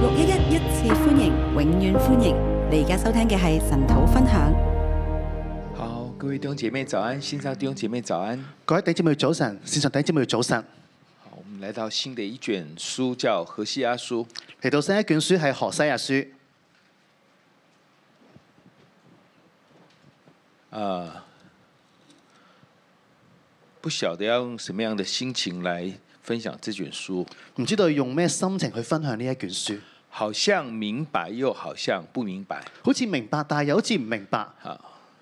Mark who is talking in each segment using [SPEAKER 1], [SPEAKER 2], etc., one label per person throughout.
[SPEAKER 1] 六一一一次歡迎，永遠歡迎！你而家收聽嘅係神土分享。
[SPEAKER 2] 好，各位弟兄姐妹早安，線上弟兄姐妹早安。
[SPEAKER 3] 各位弟姐妹早晨，線上弟姐妹早晨。
[SPEAKER 2] 好，我們來到新的一卷書，叫《何西阿書》。
[SPEAKER 3] 嚟到新一卷書係何西阿書，
[SPEAKER 2] 啊，不曉得要用什麼樣的心情來分享這卷書，
[SPEAKER 3] 唔知道用咩心情去分享呢一卷書，
[SPEAKER 2] 好像明白又好像不明白。
[SPEAKER 3] 好似明白，但係又好似唔明白。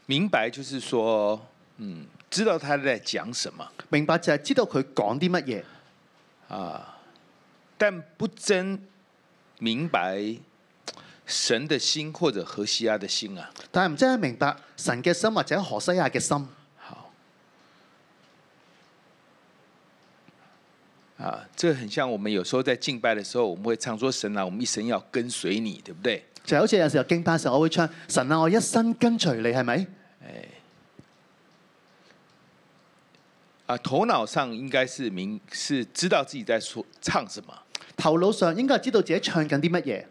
[SPEAKER 2] 明白就是說，嗯，知道他在講什麼，
[SPEAKER 3] 明白就係知道佢講啲乜嘢，
[SPEAKER 2] 但不真明白神的心或者何西阿的心啊。
[SPEAKER 3] 但係唔真係明白神嘅心或者何西阿嘅心。
[SPEAKER 2] 好，啊，這很像我們有時候在敬拜的時候，我們會唱說：“神啊，我們一生要跟隨你，對不對
[SPEAKER 3] 就好似有時候敬拜嘅時候，我會唱神啊，我一生跟隨你，係咪？？”
[SPEAKER 2] 啊，頭腦上應該是明是知道自己在說唱什麼，
[SPEAKER 3] 頭腦上應該係知道自己唱緊啲乜嘢，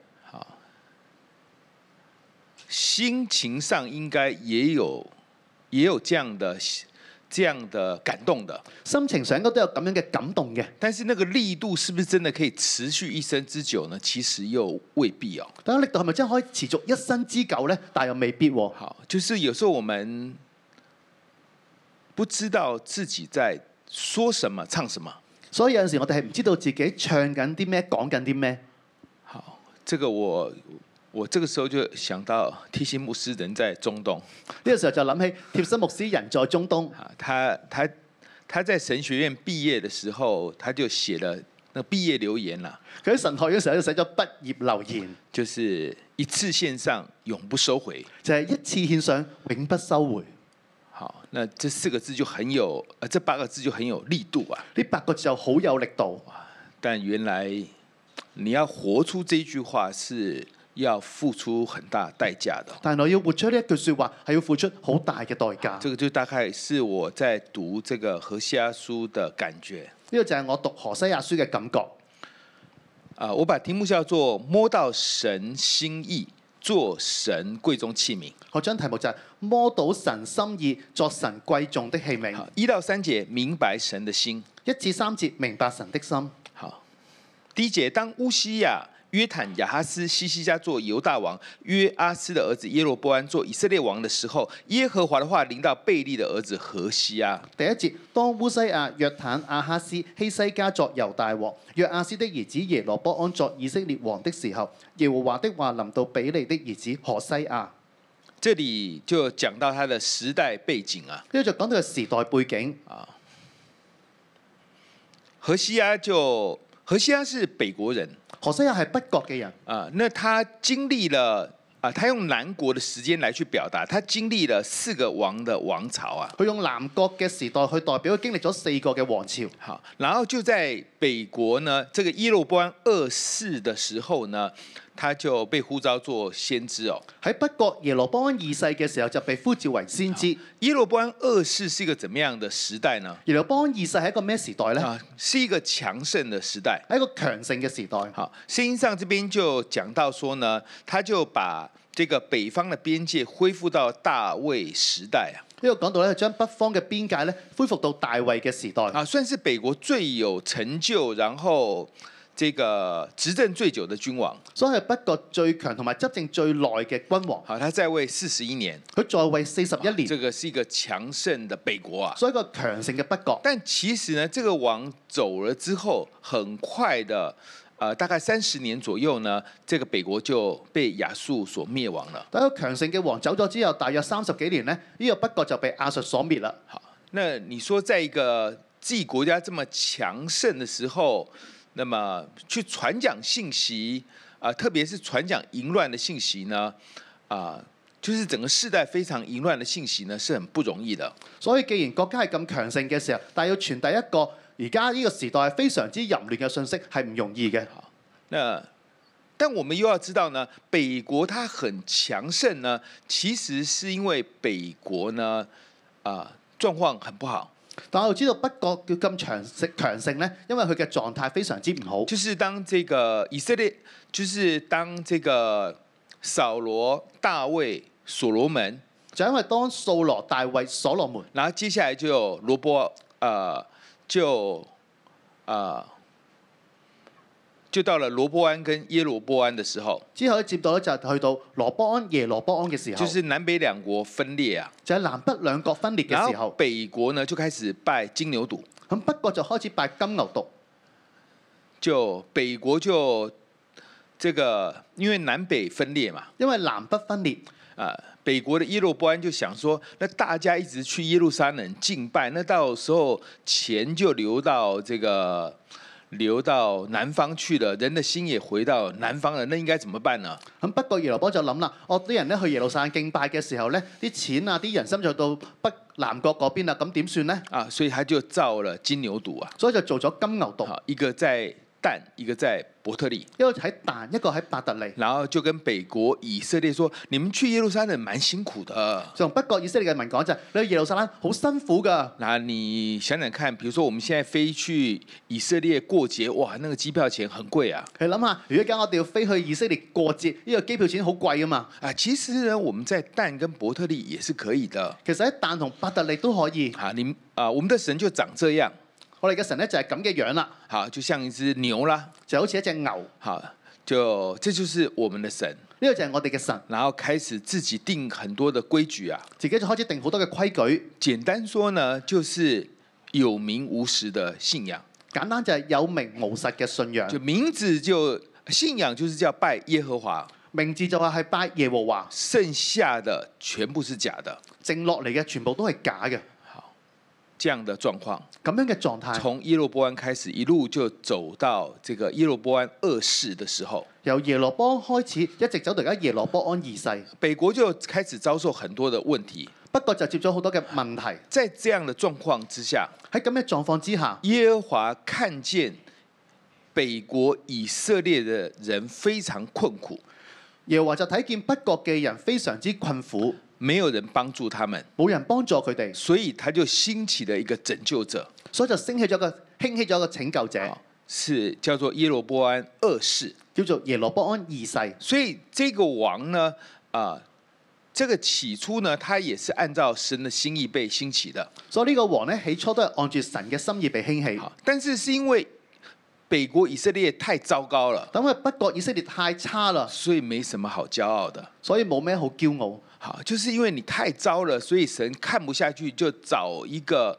[SPEAKER 2] 心情上應該也有也有這樣的這樣的感動的，
[SPEAKER 3] 心情上應該都有咁樣嘅感動嘅。
[SPEAKER 2] 但是那個力度是不是真的可以持續一生之久呢？其實又未必哦。
[SPEAKER 3] 但係力度係咪真係可以持續一生之久呢？但又未必喎。
[SPEAKER 2] 好，就是有時候我們不知道自己在說什麼、唱什麼。
[SPEAKER 3] 所以有陣時我哋係唔知道自己唱緊啲咩，講緊啲咩。
[SPEAKER 2] 好，這個我我這個時候就想到提西牧師人在中東
[SPEAKER 3] 呢個時候就諗起貼身牧師人在中東，
[SPEAKER 2] 啊，他他他在神學院畢業的時候，他就寫了那畢業留言啦、
[SPEAKER 3] 佢喺神學院嘅時候就寫咗畢業留言，
[SPEAKER 2] 就是一次獻上，永不收回。
[SPEAKER 3] 就係、一次獻上，永不收回。
[SPEAKER 2] 好，那這四個字就很有，呃，這八個字就很有力度啊。
[SPEAKER 3] 呢八個字就好有力度，
[SPEAKER 2] 但原來你要活出這句話是要付出很大代價的。
[SPEAKER 3] 但係我要活出呢一句説話係要付出好大嘅代價。
[SPEAKER 2] 這個
[SPEAKER 3] 呢
[SPEAKER 2] 就大概是我在讀這個何西阿書的感覺
[SPEAKER 3] 個就係我讀何西阿書嘅感覺。
[SPEAKER 2] 啊、我把題目叫做“摸到神心意，做神貴重器皿
[SPEAKER 3] 我將題目就係、摸到神心意，作神貴重的器”。皿
[SPEAKER 2] 好。，一到三節明白神的心。
[SPEAKER 3] 一至三節明白神的心。
[SPEAKER 2] 好，第一節，當烏西亞、約坦、亞哈斯、西西家做猶大王，約阿斯的兒子耶羅波安做以色列王的時候，耶和華的話臨到貝利的兒子何西阿。
[SPEAKER 3] 第一節，當烏西亞、約坦、亞哈斯、希西家作猶大王，約亞斯的兒子耶羅波安作以色列王的時候，耶和華的話臨到比利的兒子何西亞。
[SPEAKER 2] 這裡就講到他的時代背景啊，
[SPEAKER 3] 呢度就講到個時代背景。
[SPEAKER 2] 何西阿就何西阿是北國人
[SPEAKER 3] 何西亞係北國嘅人，
[SPEAKER 2] 啊，那他經歷了啊，他用南國的時間來去表達，他經歷了四個王的王朝啊，
[SPEAKER 3] 佢用南國嘅時代去代表佢經歷咗四個嘅王朝。
[SPEAKER 2] 好，然後就在北國呢，這個耶羅波安二世的時候呢，他就被呼召做先知哦。
[SPEAKER 3] 喺北國耶羅波安二世嘅時候就被呼召為先知。
[SPEAKER 2] 耶羅波安二世是一個怎麼樣的時代呢？
[SPEAKER 3] 耶羅波安二世係一個咩時代呢？
[SPEAKER 2] 啊，是一個強盛的時代。
[SPEAKER 3] 係一個強盛嘅時代。
[SPEAKER 2] 好，聖經上這邊就講到說呢，他就把這個北方的邊界恢復到大衛時代啊，
[SPEAKER 3] 呢度講到咧，將北方嘅邊界咧恢復到大衛嘅時代。
[SPEAKER 2] 啊，算是北國最有成就，然後這個執政最久的君王。
[SPEAKER 3] 所以係北國最強同埋執政最耐嘅君王，
[SPEAKER 2] 好，他在位四十一年，
[SPEAKER 3] 佢在位四十一年，
[SPEAKER 2] 這個是一個強盛的北國啊。
[SPEAKER 3] 所以一個強盛嘅北國。
[SPEAKER 2] 但其實呢，這個王走了之後，很快的，呃，大概三十年左右呢，這個北國就被亞述所滅亡了。
[SPEAKER 3] 但一個強盛嘅王走咗之後，大約三十幾年呢，呢、個北國就被亞述所滅啦。
[SPEAKER 2] 好，那你說在一個自己國家這麼強盛的時候，那麼去傳講信息啊、特別是傳講淫亂的信息呢，啊、就是整個世代非常淫亂的信息呢，是很不容易的。
[SPEAKER 3] 所以既然國家係咁強盛嘅時候，但係要傳遞一個而家呢個時代係非常之淫亂嘅信息係唔容易嘅。
[SPEAKER 2] 那但我們又要知道呢，北國它很強盛呢，其實是因為北國呢啊、狀況很不好，
[SPEAKER 3] 但我又知道北國叫咁強盛強盛咧，因為佢嘅狀態非常之唔好。
[SPEAKER 2] 就是当这个以色列，就是当这个扫罗、大卫、所罗门，
[SPEAKER 3] 就因為當掃羅、大衛、所羅門，
[SPEAKER 2] 然后接下来就有罗波，呃，就呃，就到了罗波安跟耶罗波安的时候，
[SPEAKER 3] 之後咧接到咧就去到羅波安、耶羅波安嘅時候，
[SPEAKER 2] 就是南北两国分裂啊，
[SPEAKER 3] 就係南北兩國分裂
[SPEAKER 2] 然
[SPEAKER 3] 嘅時
[SPEAKER 2] 后
[SPEAKER 3] 候，
[SPEAKER 2] 北国呢就开始拜金牛犊，
[SPEAKER 3] 咁北國就開始拜金牛犢。
[SPEAKER 2] 就北国就这个因为南北分裂嘛，
[SPEAKER 3] 因為南北分裂，
[SPEAKER 2] 啊、北国的耶路伯安就想说，那大家一直去耶路撒冷敬拜，那到时候钱就流到这个流到南方去了，人的心也回到南方了，那应该怎么办呢？
[SPEAKER 3] 咁北國耶羅波就諗啦，我啲人咧去耶路撒冷敬拜嘅時候咧，啲錢啊、啲人心就到北南國嗰邊啦，咁點算咧？
[SPEAKER 2] 啊，所以他就造了金牛犊啊，
[SPEAKER 3] 所以就做咗金牛犢，
[SPEAKER 2] 好，一個在但，一個在伯特利，
[SPEAKER 3] 一個喺但，一個喺伯特利，
[SPEAKER 2] 然後就跟北国以色列說，你們去耶路撒冷蠻辛苦的。
[SPEAKER 3] 就同北國以色列嘅民講就係、你去耶路撒冷好辛苦㗎。
[SPEAKER 2] 那你想想看，比如說我們現在飛去以色列過節，哇，那個機票錢很貴啊。
[SPEAKER 3] 你諗下，如果而家我哋要飛去以色列過節，呢、個機票錢好貴啊嘛。
[SPEAKER 2] 啊，其實呢，我們在但跟伯特利也是可以的。
[SPEAKER 3] 其實喺但同伯特利都可以。
[SPEAKER 2] 啊，你啊，我們的神就長這樣，
[SPEAKER 3] 我哋嘅神咧就係咁嘅樣啦，
[SPEAKER 2] 好，就像一隻牛啦，
[SPEAKER 3] 就好似一隻牛。呢、
[SPEAKER 2] 好，就這就是我們的神。
[SPEAKER 3] 個就係我哋嘅神，
[SPEAKER 2] 然後開始自己定很多的規矩啊。
[SPEAKER 3] 自己就開始定好多嘅規矩。
[SPEAKER 2] 簡單說呢，就是有名無實的信仰，
[SPEAKER 3] 簡單就係有名無實嘅信仰
[SPEAKER 2] 就。名字就信仰就是叫拜耶和華，
[SPEAKER 3] 名字就話係拜耶和華，
[SPEAKER 2] 剩下的全部是假的，
[SPEAKER 3] 剩落嚟嘅全部都係假嘅。
[SPEAKER 2] 這樣的狀況。
[SPEAKER 3] 咁樣嘅狀態，
[SPEAKER 2] 從耶羅波安開始，一路就走到這個耶羅波安二世的時候，
[SPEAKER 3] 由耶羅波安開始，一直走到而家耶羅波安二世。
[SPEAKER 2] 北國就開始遭受很多的問題。
[SPEAKER 3] 不過就接咗好多嘅問題。
[SPEAKER 2] 在這樣的狀況之下，
[SPEAKER 3] 喺咁嘅狀況之下，
[SPEAKER 2] 耶和華看見北國以色列的人非常困苦，
[SPEAKER 3] 耶和華就睇見北國嘅人非常之困苦，
[SPEAKER 2] 沒有人幫助他們，
[SPEAKER 3] 冇人幫助佢哋，
[SPEAKER 2] 所以他就興起了一個拯救者，
[SPEAKER 3] 所以就升起咗個興起咗個拯救者
[SPEAKER 2] 好，是叫做耶羅波安二世。
[SPEAKER 3] 叫做耶羅波安二世。
[SPEAKER 2] 所以這個王呢，啊、這個起初呢，他也是按照神的心意被興起的，
[SPEAKER 3] 所以呢個王呢，起初都係按住神嘅心意被興起。
[SPEAKER 2] 好，但是是因為北國以色列太糟糕了，
[SPEAKER 3] 等佢北國以色列太差啦，
[SPEAKER 2] 所以沒什麼好驕傲的。
[SPEAKER 3] 所以冇咩好驕傲。
[SPEAKER 2] 好，就是因為你太糟了，所以神看不下去，就找一個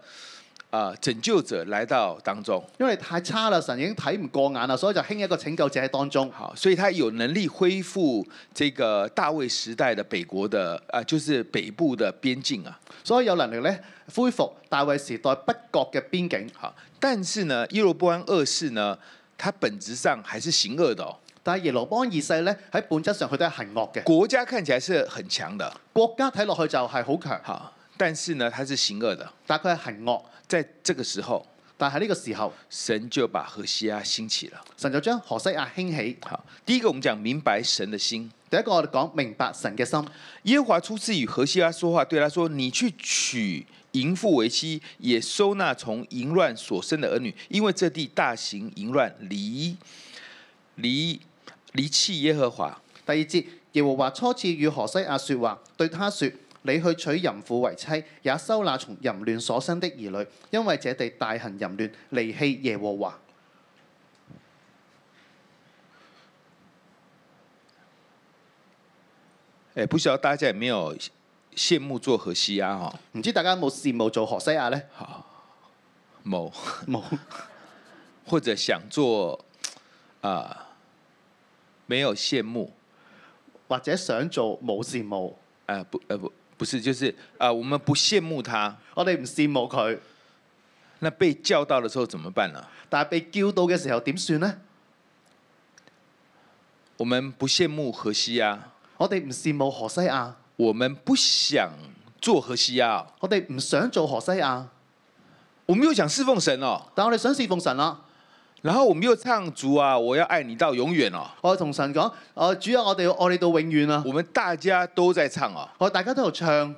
[SPEAKER 2] 啊、呃拯救者來到当中。
[SPEAKER 3] 因為你太差啦，神已經睇唔過眼啦，所以就興一個拯救者喺當中。
[SPEAKER 2] 好，所以他有能力恢復這個大衛時代的北國的啊、呃就是北部的邊境啊。
[SPEAKER 3] 所以有能力咧恢復大衛時代北國嘅邊境。
[SPEAKER 2] 好，但是呢，耶羅波安二世呢，他本質上還是行惡的哦。
[SPEAKER 3] 但係耶羅波安二世咧喺本質上佢都係行惡嘅，
[SPEAKER 2] 國家看起來是很強的，
[SPEAKER 3] 國家睇落去就係好強，
[SPEAKER 2] 好，但是呢，他是行惡的。
[SPEAKER 3] 但係佢係行惡。
[SPEAKER 2] 在這個時候，
[SPEAKER 3] 但係呢個時候，
[SPEAKER 2] 神就把何西阿興起了。
[SPEAKER 3] 神就將何西亞興起。
[SPEAKER 2] 好，第一個我們講明白神的心。
[SPEAKER 3] 第一個我哋講明白神嘅心。
[SPEAKER 2] 耶和華初次與何西阿說話，對他說：“你去娶淫妇为妻，也收纳从淫乱所生的儿女，因為这地大行淫乱，离离离弃耶和華。
[SPEAKER 3] 第二節，耶和華初次與何西亞説話，對他説：你去娶淫婦為妻，也收那從淫亂所生的兒女，因為這地大行淫亂，離棄耶和華。
[SPEAKER 2] 哎，不晓得大家有沒有羨慕做何西阿哈？
[SPEAKER 3] 唔知大家有冇羨慕做何西亞呢？
[SPEAKER 2] 某
[SPEAKER 3] 冇，
[SPEAKER 2] 或者想做啊、沒有羨慕
[SPEAKER 3] 或者想做冇羨慕。
[SPEAKER 2] 啊、不呃不不是就是啊、我們不羨慕他，
[SPEAKER 3] 我哋唔羨慕佢，
[SPEAKER 2] 那被叫到的時候怎麼辦呢？
[SPEAKER 3] 但係被叫到嘅時候點算呢？
[SPEAKER 2] 我們不羨慕何西阿。
[SPEAKER 3] 我哋唔羨慕何西亞，
[SPEAKER 2] 我們不想做何西阿哦，
[SPEAKER 3] 我哋唔想做何西亞，
[SPEAKER 2] 我们又想侍奉神哦，
[SPEAKER 3] 但我哋想侍奉神啊啦。
[SPEAKER 2] 然后我们又唱主啊，我要愛你到永遠哦。
[SPEAKER 3] 我哋同神講：我主啊，我哋要愛你到永遠啊！
[SPEAKER 2] 我們大家都在唱哦，
[SPEAKER 3] 我哋大家都喺度唱，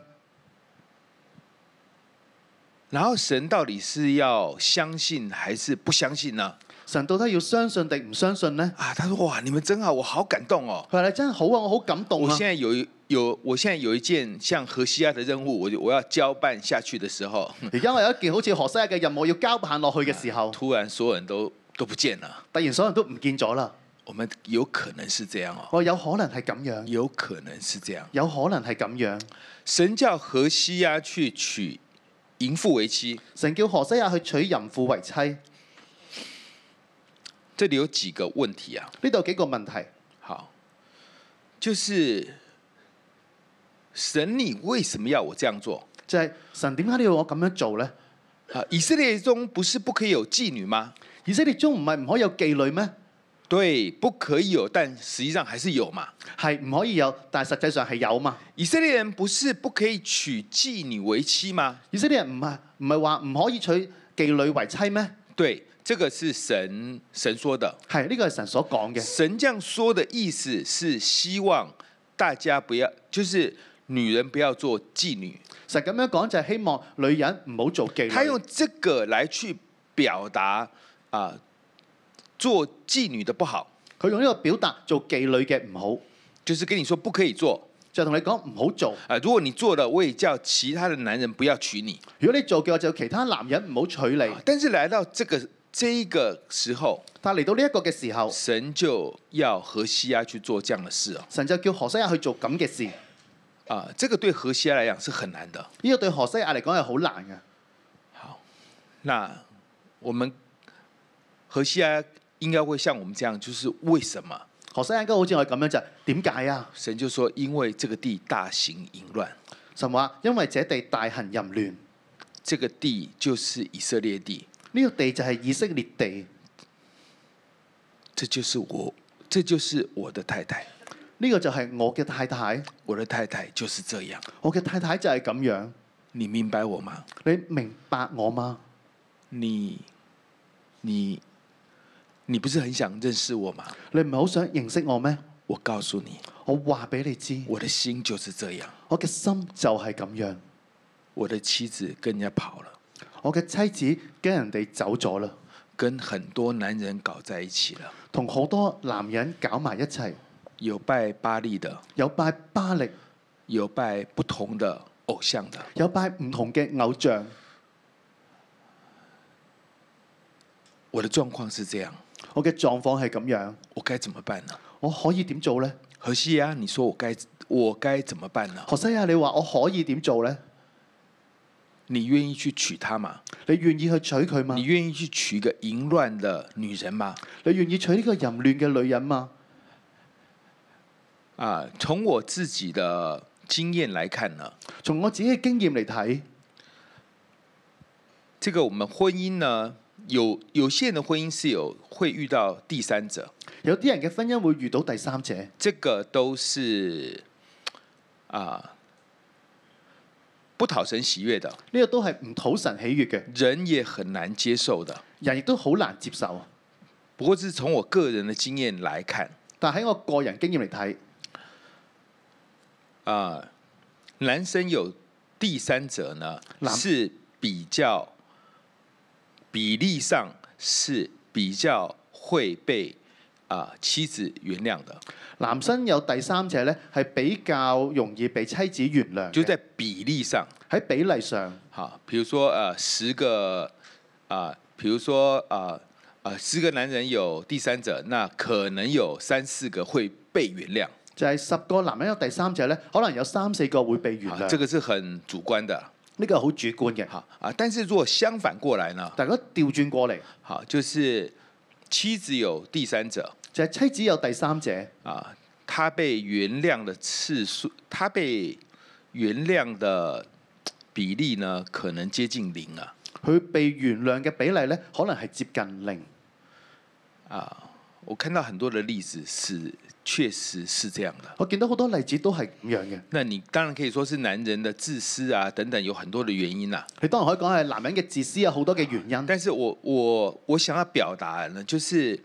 [SPEAKER 2] 然后神到底是要相信还是不相信呢？
[SPEAKER 3] 神到底要相信定唔相信呢？
[SPEAKER 2] 啊，他说：哇，你们真好，我好感动哦。
[SPEAKER 3] 佢話你真係好啊，我好感動
[SPEAKER 2] 我
[SPEAKER 3] 啊
[SPEAKER 2] 现！在有一有，我现在有一件像荷西亚的任务，我就我要交办下去的时候，
[SPEAKER 3] 而家我有一件好似何西亞嘅任務要交辦落去嘅時候，
[SPEAKER 2] 突然所有人都都不见了。
[SPEAKER 3] 突然所有人都唔見咗啦。
[SPEAKER 2] 我们有可能是这样哦，
[SPEAKER 3] 我有可能係咁樣，
[SPEAKER 2] 有可能是这样。
[SPEAKER 3] 有可能係咁樣。
[SPEAKER 2] 神叫荷西亚去娶淫妇为妻，
[SPEAKER 3] 神叫何西亞去娶淫婦為妻，呢
[SPEAKER 2] 这里有几个问题啊？
[SPEAKER 3] 度有幾個問題。
[SPEAKER 2] 好，就是神，你为什么要我这样做？
[SPEAKER 3] 就係、神點解你要我咁樣做呢？
[SPEAKER 2] 啊，以色列中不是不可以有妓女吗？
[SPEAKER 3] 以色列中唔係唔可以有妓女咩？
[SPEAKER 2] 对，不可以有，但实际上还是有嘛。
[SPEAKER 3] 係唔可以有，但係實際上係有嘛。
[SPEAKER 2] 以色列人不是不可以娶妓女为妻吗？
[SPEAKER 3] 以色列人唔係唔係話唔可以娶妓女為妻咩？
[SPEAKER 2] 对，这个是神神说的。
[SPEAKER 3] 係呢個係神所講嘅。
[SPEAKER 2] 神这样说的意思是希望大家不要，就是女人不要做妓女。
[SPEAKER 3] 神咁樣講就係希望女人唔好做妓
[SPEAKER 2] 他
[SPEAKER 3] 女
[SPEAKER 2] 用。这个来去表达啊、做妓女的不好，
[SPEAKER 3] 佢用呢個表達做妓女嘅唔好，
[SPEAKER 2] 就是跟你说不可以做
[SPEAKER 3] 就同你講唔好做。
[SPEAKER 2] 啊、如果你做了，我也叫其他的男人不要娶你。
[SPEAKER 3] 如果你做嘅話，就其他男人唔好娶你。
[SPEAKER 2] 但是来到这个这一个时候，
[SPEAKER 3] 但係嚟到呢一個嘅時候，
[SPEAKER 2] 神就要何西阿去做这样的事哦。
[SPEAKER 3] 神就叫何西亞去做咁嘅事。呢、
[SPEAKER 2] 啊，这个对荷西亚来讲是很难的。
[SPEAKER 3] 個對何西亞嚟講係好難嘅。
[SPEAKER 2] 那我们荷西亚应该会像我们这樣，就是为什么？
[SPEAKER 3] 何西亞應該好似我哋咁樣就係點解啊？
[SPEAKER 2] 神就说，因为这个地大行淫乱，
[SPEAKER 3] 神話因為這地大行淫亂，
[SPEAKER 2] 这个地就是以色列地，
[SPEAKER 3] 呢、個地就係以色列地，
[SPEAKER 2] 这就是我，这就是我的太太，
[SPEAKER 3] 呢、個就係我嘅太太，
[SPEAKER 2] 我的太太就是这样，
[SPEAKER 3] 我嘅太太就係咁樣。
[SPEAKER 2] 你明白我吗？
[SPEAKER 3] 你明白我嗎？
[SPEAKER 2] 你，你，你不是很想认识我吗？
[SPEAKER 3] 你唔係好想認識我咩？
[SPEAKER 2] 我告诉你，
[SPEAKER 3] 我話俾你知，
[SPEAKER 2] 我的心就是这样，
[SPEAKER 3] 我嘅心就係咁樣。
[SPEAKER 2] 我的妻子跟人家跑了，
[SPEAKER 3] 我嘅妻子跟人哋走咗啦，
[SPEAKER 2] 跟很多男人搞在一起了。
[SPEAKER 3] 同好多男人搞埋一齊，
[SPEAKER 2] 有拜巴利的，
[SPEAKER 3] 有拜巴力，
[SPEAKER 2] 有拜不同的偶像的。
[SPEAKER 3] 有拜唔同嘅偶像。
[SPEAKER 2] 我的状况是这样，
[SPEAKER 3] 我嘅狀況係咁樣，
[SPEAKER 2] 我该怎么办呢？
[SPEAKER 3] 我可以點做呢？
[SPEAKER 2] 何西呀，你说我该我该怎么办呢？
[SPEAKER 3] 何西亞，你話我可以點做呢？
[SPEAKER 2] 你愿意去娶她吗？
[SPEAKER 3] 你願意去娶佢嘛
[SPEAKER 2] 你？愿意去娶一个淫乱的女人吗？
[SPEAKER 3] 你願意娶呢個淫亂嘅女人嘛？
[SPEAKER 2] 啊，从我自己的经验来看呢，
[SPEAKER 3] 從我自己嘅經驗嚟睇，
[SPEAKER 2] 这个我们婚姻呢，有有些人的婚姻是有会遇到第三者，
[SPEAKER 3] 有啲人嘅婚姻會遇到第三者，呢
[SPEAKER 2] 这个都是啊不讨神喜悦的。
[SPEAKER 3] 個都係唔討神喜悅嘅，
[SPEAKER 2] 人也很难接受的。
[SPEAKER 3] 人亦都好難接受。
[SPEAKER 2] 不过，是从我个人的经验来看
[SPEAKER 3] 但喺我個人經驗嚟睇，
[SPEAKER 2] 啊、男生有第三者呢
[SPEAKER 3] 男
[SPEAKER 2] 是比较比例上是比较会被啊、妻子原谅的，
[SPEAKER 3] 男生有第三者咧係比較容易被妻子原諒嘅，
[SPEAKER 2] 就在比例上
[SPEAKER 3] 喺比例上，
[SPEAKER 2] 好，比如说呃十个啊、比如说啊啊十个男人有第三者，那可能有三四个会被原谅。
[SPEAKER 3] 就係、十個男人有第三者咧，可能有三四個會被原
[SPEAKER 2] 啊，
[SPEAKER 3] 諒。
[SPEAKER 2] 这個是很主觀的，
[SPEAKER 3] 呢個係好主觀嘅。
[SPEAKER 2] 好啊。但是如果相反過來呢，
[SPEAKER 3] 但如果調轉過嚟，
[SPEAKER 2] 好就是妻子有第三者
[SPEAKER 3] 就係、妻子有第三者，
[SPEAKER 2] 啊，她被原諒的次數，她被原諒的比例呢，可能接近零啊
[SPEAKER 3] 佢被原諒嘅比例咧，可能係接近零。
[SPEAKER 2] 啊。我看到很多的例子是確實是這樣的。
[SPEAKER 3] 我見到好多例子都係咁樣嘅。
[SPEAKER 2] 那你當然可以說是男人的自私啊，等等，有很多的原因啊啦、
[SPEAKER 3] 你當然可以講係男人嘅自私有好多嘅原因，
[SPEAKER 2] 但是我我我想要表达的呢，就是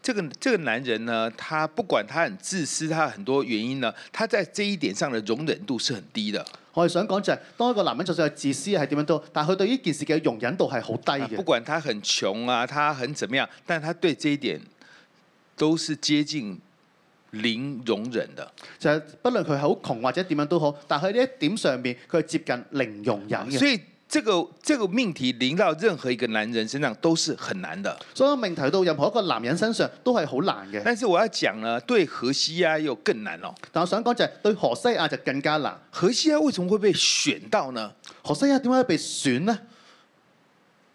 [SPEAKER 2] 这个这个男人呢，他不管他很自私，他很多原因呢，他在这一点上的容忍度是很低的。
[SPEAKER 3] 我哋想講就係、當一個男人就算係自私係點樣都好，但係佢對呢件事嘅容忍度係好低
[SPEAKER 2] 啊不
[SPEAKER 3] 嘅。
[SPEAKER 2] 管他很穷啊，他很怎么样，但他对这一点都是接近零容忍的。
[SPEAKER 3] 就係不論佢係好窮或者點樣都好，但係喺呢一點上面佢係接近零容忍嘅。
[SPEAKER 2] 所以这个这个命题临到任何一个男人身上都是很难的。
[SPEAKER 3] 所以命題到任何一個男人身上都係好難嘅。
[SPEAKER 2] 但是我要讲呢，对荷西啊又更难哦。
[SPEAKER 3] 但我想講就係、對何西亞就更加難。
[SPEAKER 2] 荷西啊为什么会被选到呢？
[SPEAKER 3] 何西亞點解被選呢？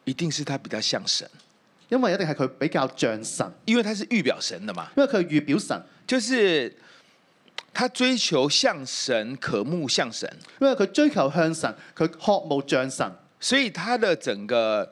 [SPEAKER 2] 一定是他比较像神，
[SPEAKER 3] 因為一定係佢比較像神，
[SPEAKER 2] 因为他是预表神的嘛，
[SPEAKER 3] 因為佢係預表神，
[SPEAKER 2] 就是他追求像神、渴慕像神，
[SPEAKER 3] 因為佢追求向神，佢渴慕像神，
[SPEAKER 2] 所以他的整个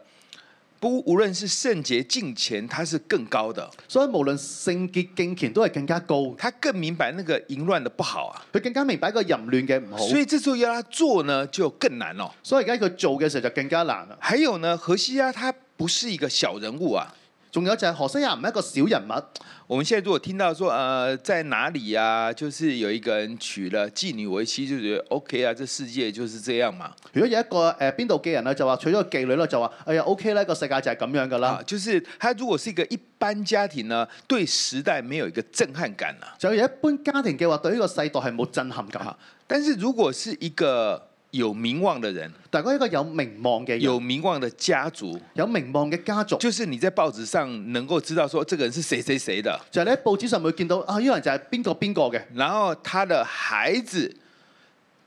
[SPEAKER 2] 不无论是圣洁敬虔，他是更高的，
[SPEAKER 3] 所以無論聖潔敬虔都係更加高。
[SPEAKER 2] 他更明白那个淫乱的不好啊，
[SPEAKER 3] 佢更加明白一個淫亂嘅唔好，
[SPEAKER 2] 所以这时候要他做呢就更难哦。
[SPEAKER 3] 所以而家佢做嘅時候就更加難啦。
[SPEAKER 2] 还有呢，荷西亚他不是一个小人物啊。
[SPEAKER 3] 仲有就係何西亞唔係一個小人物。
[SPEAKER 2] 我们现在如果听到说，呃，在哪里啊？就是有一个人娶了妓女为妻，就觉得 OK 啊，这世界就是这样嘛。
[SPEAKER 3] 如果有一個誒邊度嘅人咧，啊就話娶咗個妓女咧，就話哎呀 OK 啦，個世界就係咁樣噶
[SPEAKER 2] 啊
[SPEAKER 3] 啦，。
[SPEAKER 2] 就是他如果是一个一般家庭呢，对时代没有一个震撼感啊。
[SPEAKER 3] 就有一般家庭嘅話，對呢個世代係冇震撼感。
[SPEAKER 2] 啊，但是如果是一个有名望的人，
[SPEAKER 3] 但係嗰一個有名望嘅人，
[SPEAKER 2] 有名望的家族，
[SPEAKER 3] 有名望嘅家族，
[SPEAKER 2] 就是你在报纸上能够知道說这個人是谁谁谁的，
[SPEAKER 3] 就係你喺報紙上會見到啊，呢個人就係邊個邊個嘅，
[SPEAKER 2] 然後他的孩子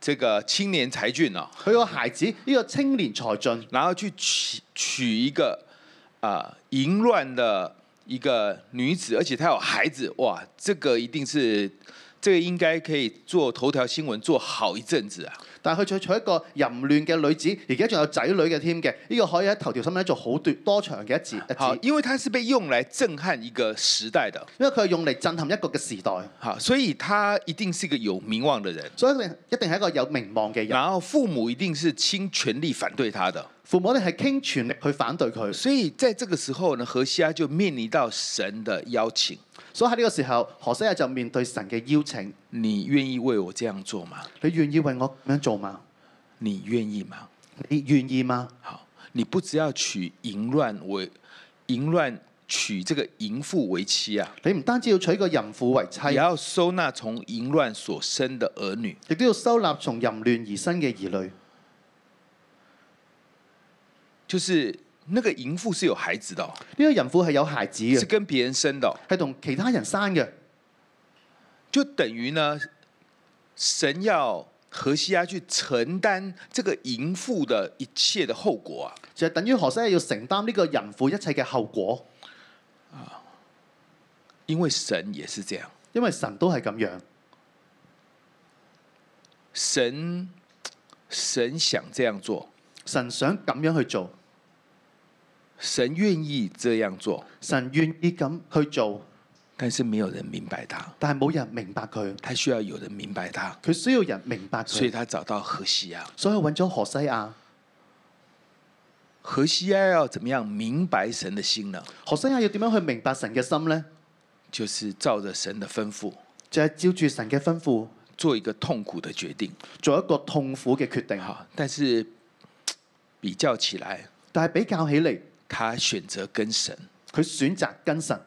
[SPEAKER 2] 这个青年才俊哦，
[SPEAKER 3] 佢個孩子呢個青年才俊，
[SPEAKER 2] 然後去娶娶一个啊淫乱的一个女子，而且她有孩子，哇，这个一定是这个应该可以做头条新闻做好一阵子啊。
[SPEAKER 3] 但係佢娶娶一個淫亂嘅女子，而家仲有仔女嘅添嘅，呢個可以喺頭條新聞做好多多長嘅一字一
[SPEAKER 2] 好，
[SPEAKER 3] 字，
[SPEAKER 2] 因为它是被用来震撼一个时代的，
[SPEAKER 3] 因為佢係用嚟震撼一個嘅時代，
[SPEAKER 2] 好，所以他一定是一个有名望的人，
[SPEAKER 3] 所以一定一定係一個有名望嘅人，
[SPEAKER 2] 然后父母一定是倾全力反对他的，
[SPEAKER 3] 父母一定係傾全力去反對佢。
[SPEAKER 2] 所以在这个时候呢，何西阿就面临到神的邀请，
[SPEAKER 3] 所以喺呢個時候，何西亞就面對神嘅邀請，
[SPEAKER 2] 你愿意为我这样做吗？
[SPEAKER 3] 你願意為我咁樣做嗎？
[SPEAKER 2] 你愿意吗？
[SPEAKER 3] 你願意嗎？
[SPEAKER 2] 好，你不只要娶淫乱为淫乱娶这个淫妇为妻啊，
[SPEAKER 3] 你唔單止要娶個淫婦為
[SPEAKER 2] 也
[SPEAKER 3] 妻，
[SPEAKER 2] 要收纳从淫乱所生的儿女。
[SPEAKER 3] 亦都要收納從淫亂而生嘅兒女。
[SPEAKER 2] 就是那个淫妇是有孩子的、哦，
[SPEAKER 3] 呢個淫婦係有孩子
[SPEAKER 2] 是
[SPEAKER 3] 嘅，
[SPEAKER 2] 跟别人生的、哦，
[SPEAKER 3] 係同其他人生嘅，
[SPEAKER 2] 就等于呢，神要何西阿去承担这个淫妇的一切的后果啊。
[SPEAKER 3] 就係等於何西亞要承擔呢個淫婦一切嘅後果，
[SPEAKER 2] 因为神也是这样，
[SPEAKER 3] 因為神都係咁樣。
[SPEAKER 2] 神神想这样做，
[SPEAKER 3] 神想咁樣去做，
[SPEAKER 2] 神愿意这样做，
[SPEAKER 3] 神願意咁去做，
[SPEAKER 2] 但是没有人明白他，
[SPEAKER 3] 但係冇人明白佢，
[SPEAKER 2] 他需要有人明白他，
[SPEAKER 3] 佢需要人明白
[SPEAKER 2] 所以
[SPEAKER 3] 佢，
[SPEAKER 2] 他找到荷西亚。
[SPEAKER 3] 所以揾咗何西亞。
[SPEAKER 2] 荷西亚要怎么样明白神的心呢？
[SPEAKER 3] 何西亞要點樣去明白神嘅心呢？
[SPEAKER 2] 就是照着神的吩咐，
[SPEAKER 3] 就係照住神嘅吩咐。
[SPEAKER 2] 做一个痛苦的决定。
[SPEAKER 3] 做一個痛苦嘅決定。
[SPEAKER 2] 好，但是比较起来，
[SPEAKER 3] 但係比較起嚟，
[SPEAKER 2] 他选择跟神，
[SPEAKER 3] 佢選擇跟神，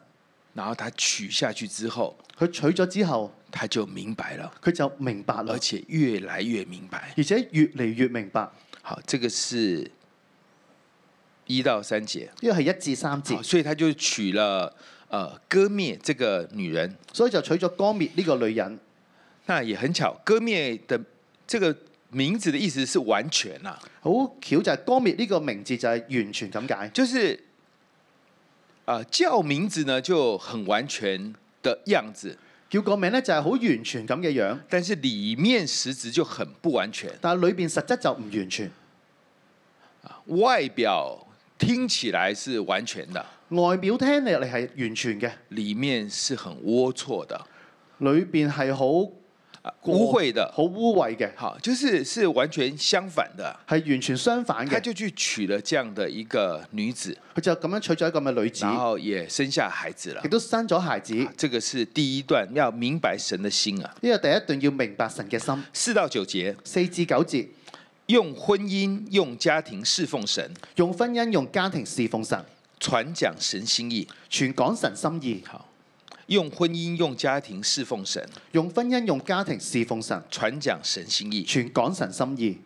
[SPEAKER 2] 然后他娶下去之后，
[SPEAKER 3] 佢娶咗之後，
[SPEAKER 2] 他就明白了，
[SPEAKER 3] 佢就明白啦
[SPEAKER 2] 而，且越来越明白。
[SPEAKER 3] 而且越嚟越明白。呢
[SPEAKER 2] 好，这个是一到三节。
[SPEAKER 3] 個係一至三
[SPEAKER 2] 好，
[SPEAKER 3] 節，
[SPEAKER 2] 所以他就娶了呃割灭这个女人。
[SPEAKER 3] 所以就娶咗歌滅呢個女人。
[SPEAKER 2] 那也很巧，割灭的这个名字的意思是完全啊，
[SPEAKER 3] 好巧就係歌滅呢個名字就係完全咁解，
[SPEAKER 2] 就是呃叫名字呢就很完全的样子，
[SPEAKER 3] 叫個名呢就係好完全咁嘅樣，
[SPEAKER 2] 但是里面实质就很不完全，
[SPEAKER 3] 但係裏邊實質就唔完全，
[SPEAKER 2] 外表听起来是完全的，
[SPEAKER 3] 外表聽嚟嚟係完全嘅，
[SPEAKER 2] 里面是很龌龊的。
[SPEAKER 3] 裏邊係好
[SPEAKER 2] 啊污秽的，
[SPEAKER 3] 好污穢嘅，
[SPEAKER 2] 好，就是是完全相反的。
[SPEAKER 3] 係完全相反
[SPEAKER 2] 他
[SPEAKER 3] 嘅。
[SPEAKER 2] 就去娶了這樣的一個女子，
[SPEAKER 3] 佢就咁樣娶咗一個咁嘅女子
[SPEAKER 2] 然，後也生下孩子了
[SPEAKER 3] 亦。都生咗孩子。
[SPEAKER 2] 啊這個是第一段，要明白神的心啊。
[SPEAKER 3] 呢個第一段要明白神嘅心。
[SPEAKER 2] 四到九節，
[SPEAKER 3] 四至九節，
[SPEAKER 2] 用婚姻、用家庭侍奉神，
[SPEAKER 3] 用婚姻、用家庭侍奉神，
[SPEAKER 2] 傳講神心意。
[SPEAKER 3] 全講神心意。
[SPEAKER 2] 好，用婚姻、用家庭侍奉神，
[SPEAKER 3] 用婚姻、用家庭侍奉神，
[SPEAKER 2] 傳講神心意。
[SPEAKER 3] 全講神心意。